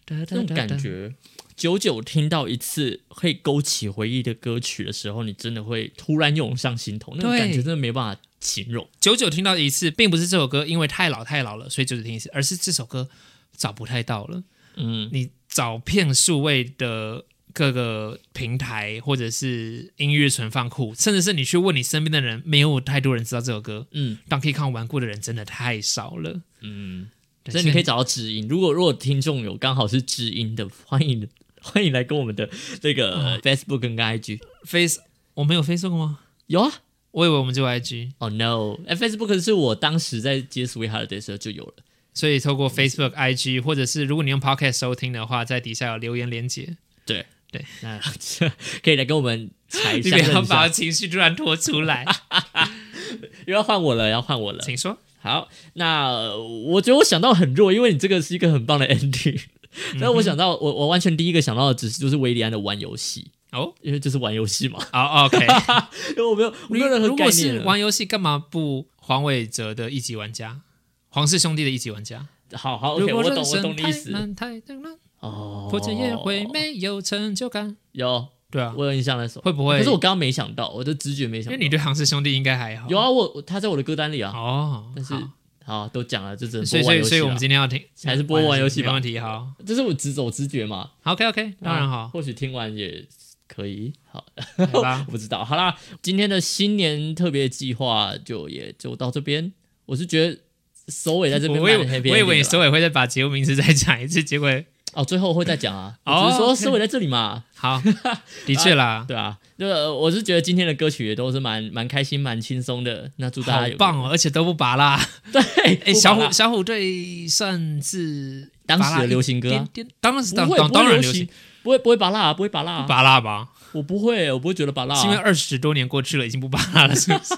Speaker 2: 这
Speaker 1: 这种感觉，久久听到一次会勾起回忆的歌曲的时候，你真的会突然涌上心头，那种
Speaker 2: 对
Speaker 1: 感觉真的没办法形容。
Speaker 2: 久久听到一次，并不是这首歌因为太老太老了，所以久久听一次，而是这首歌找不太到了。
Speaker 1: 嗯，
Speaker 2: 你找遍数位的各个平台，或者是音乐存放库，甚至是你去问你身边的人，没有太多人知道这首歌。
Speaker 1: 嗯
Speaker 2: Donkey Kong 玩过的人真的太少了，
Speaker 1: 嗯，
Speaker 2: 对
Speaker 1: 所以你可以找到知音。如果如果听众有刚好是知音的，欢迎欢迎来跟我们的这
Speaker 2: 哦
Speaker 1: 个 Facebook 跟 IG。
Speaker 2: Face，我们有 Facebook 吗？
Speaker 1: 有啊，
Speaker 2: 我以为我们就有 IG，
Speaker 1: 哦、no，哎，Facebook 是我当时在接 Sweet Holiday 的时候就有了。
Speaker 2: 所以透过 Facebook、IG，或者是如果你用 Podcast 收听的话，在底下有留言连接。
Speaker 1: 那 (laughs) 可以来跟我们采
Speaker 2: 你
Speaker 1: 相
Speaker 2: 不要
Speaker 1: 认一
Speaker 2: 把
Speaker 1: 下。
Speaker 2: 情绪突然拖出 (laughs) 来，
Speaker 1: 又要换我了，要换我了。
Speaker 2: 请说。
Speaker 1: 好，那呃我觉得我想到很弱，因为你这个是一个很棒的 (laughs) ending。但我想到，我我完全第一个想到的只是就是维里安的玩游戏，
Speaker 2: 哦，
Speaker 1: 因为就是玩游戏嘛， (laughs)
Speaker 2: 好，OK。
Speaker 1: 因为我没有我没有啊任何
Speaker 2: 如
Speaker 1: 概
Speaker 2: 果
Speaker 1: 念啊
Speaker 2: 是
Speaker 1: 了。
Speaker 2: 玩游戏，干嘛不黄伟哲的一级玩家，黄氏兄弟的一级玩家？
Speaker 1: 好好
Speaker 2: 如
Speaker 1: 哦，OK，
Speaker 2: 果
Speaker 1: 我懂
Speaker 2: 人
Speaker 1: 我懂你
Speaker 2: 生
Speaker 1: 意
Speaker 2: 太
Speaker 1: 思
Speaker 2: 难太难，
Speaker 1: 哦。
Speaker 2: 活着也会没有成就感。
Speaker 1: 有，
Speaker 2: 对啊，
Speaker 1: 我有印象那首，
Speaker 2: 会不会
Speaker 1: 哦可是我刚刚没想到，我的直觉没
Speaker 2: 因
Speaker 1: 想
Speaker 2: 为
Speaker 1: 到。
Speaker 2: 你对黄氏兄弟应该还好。
Speaker 1: 有啊，我我他在我的歌单里啊。
Speaker 2: 哦，
Speaker 1: 但是
Speaker 2: 好
Speaker 1: 好，都讲了，就只能
Speaker 2: 所以
Speaker 1: 播
Speaker 2: 所
Speaker 1: 玩游
Speaker 2: 以
Speaker 1: 戏
Speaker 2: 所以我们
Speaker 1: 了
Speaker 2: 今天要听
Speaker 1: 还是播玩游戏吧啊
Speaker 2: 没问题。好
Speaker 1: 这是我直走直觉嘛，
Speaker 2: ，OK OK，当然
Speaker 1: (laughs)
Speaker 2: 好，
Speaker 1: 或许听完也可以。好，
Speaker 2: 来吧
Speaker 1: 我。不知道。好啦，今天的新年特别计划就也就到这边。我是觉得首尾在这边
Speaker 2: 我以
Speaker 1: 蛮 happy
Speaker 2: 为
Speaker 1: ending 的啦，
Speaker 2: 我以为你收尾会再把节目名字再讲一次，结果
Speaker 1: 哦，最后会再讲啊。
Speaker 2: 哦
Speaker 1: 我只是说
Speaker 2: OK
Speaker 1: 收尾在这里嘛， (laughs)
Speaker 2: 好，的确啦，
Speaker 1: 对啊，就呃我是觉得今天的歌曲也都是蛮蛮开心、蛮轻松的。那祝大
Speaker 2: 好
Speaker 1: 家有个
Speaker 2: 棒哦，而且都不拔啦。
Speaker 1: (laughs) 对，
Speaker 2: 哎，
Speaker 1: 不
Speaker 2: 小
Speaker 1: 管
Speaker 2: 虎
Speaker 1: 啦
Speaker 2: 小虎队算是
Speaker 1: 当时
Speaker 2: 拔
Speaker 1: 的
Speaker 2: 蜡
Speaker 1: 流行歌
Speaker 2: 一
Speaker 1: 啊
Speaker 2: 点点当时当
Speaker 1: 不会
Speaker 2: 当
Speaker 1: 不会
Speaker 2: 当然
Speaker 1: 流
Speaker 2: 流行，，
Speaker 1: 不会不会拔辣啊，不会拔辣啊，
Speaker 2: (laughs) 拔蜡吧？
Speaker 1: 我不会，我不会觉得拔辣啊，
Speaker 2: 是因为二十多年过去了，已经不拔蜡
Speaker 1: (laughs)
Speaker 2: 了，是不是？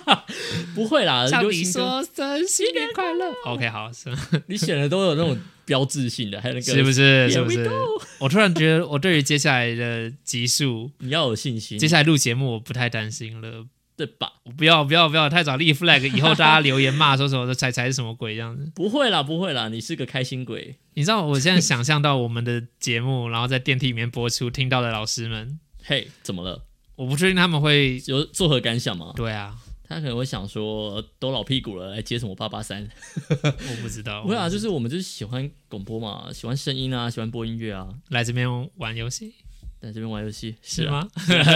Speaker 1: 不会啦。流行歌
Speaker 2: 声新年快乐，OK，好，是
Speaker 1: 你选的都有那种标志性的，还有那个
Speaker 2: 是不是？
Speaker 1: Here
Speaker 2: 是不
Speaker 1: we
Speaker 2: 是？我突然觉得，我对于接下来的集数，
Speaker 1: 你要有信心
Speaker 2: 接，下来录节目，我不太担心了。
Speaker 1: 对吧？
Speaker 2: 我不要不要不要太早立 flag，以后大家留言骂说什么的，才才是什么鬼这样子。
Speaker 1: 不会啦，不会啦，你是个开心鬼。
Speaker 2: 你知道我现在想象到我们的节目，然后在电梯里面播出，听到的老师们，
Speaker 1: 嘿、怎么了？
Speaker 2: 我不确定他们会
Speaker 1: 有作何感想吗？
Speaker 2: 对啊，
Speaker 1: 他可能会想说，都老屁股了，来接什么八八三？
Speaker 2: 我不知道，
Speaker 1: 不会啊，就是我们就是喜欢广播嘛，喜欢声音啊，喜欢播音乐啊，
Speaker 2: 来这边玩游戏
Speaker 1: 在这边玩游戏
Speaker 2: 是
Speaker 1: 啊，
Speaker 2: 吗？
Speaker 1: (laughs)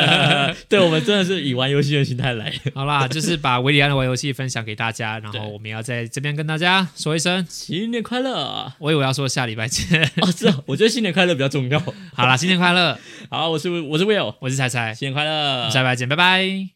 Speaker 1: 对我们真的是以玩游戏的心态
Speaker 2: (laughs)
Speaker 1: 来。
Speaker 2: 啊好啦，就是把维里安的玩游戏分享给大家，然后
Speaker 1: 对
Speaker 2: 我们要在这边跟大家说一声，
Speaker 1: 新年快乐啊！
Speaker 2: 我以为要说下礼拜 (laughs) 见。
Speaker 1: 哦，是啊，我觉得新年快乐比较重要。
Speaker 2: 好啦，新年快乐，
Speaker 1: 好，我是我是 Will，
Speaker 2: 我是彩彩，
Speaker 1: 新年快乐，
Speaker 2: 下礼拜见，拜拜。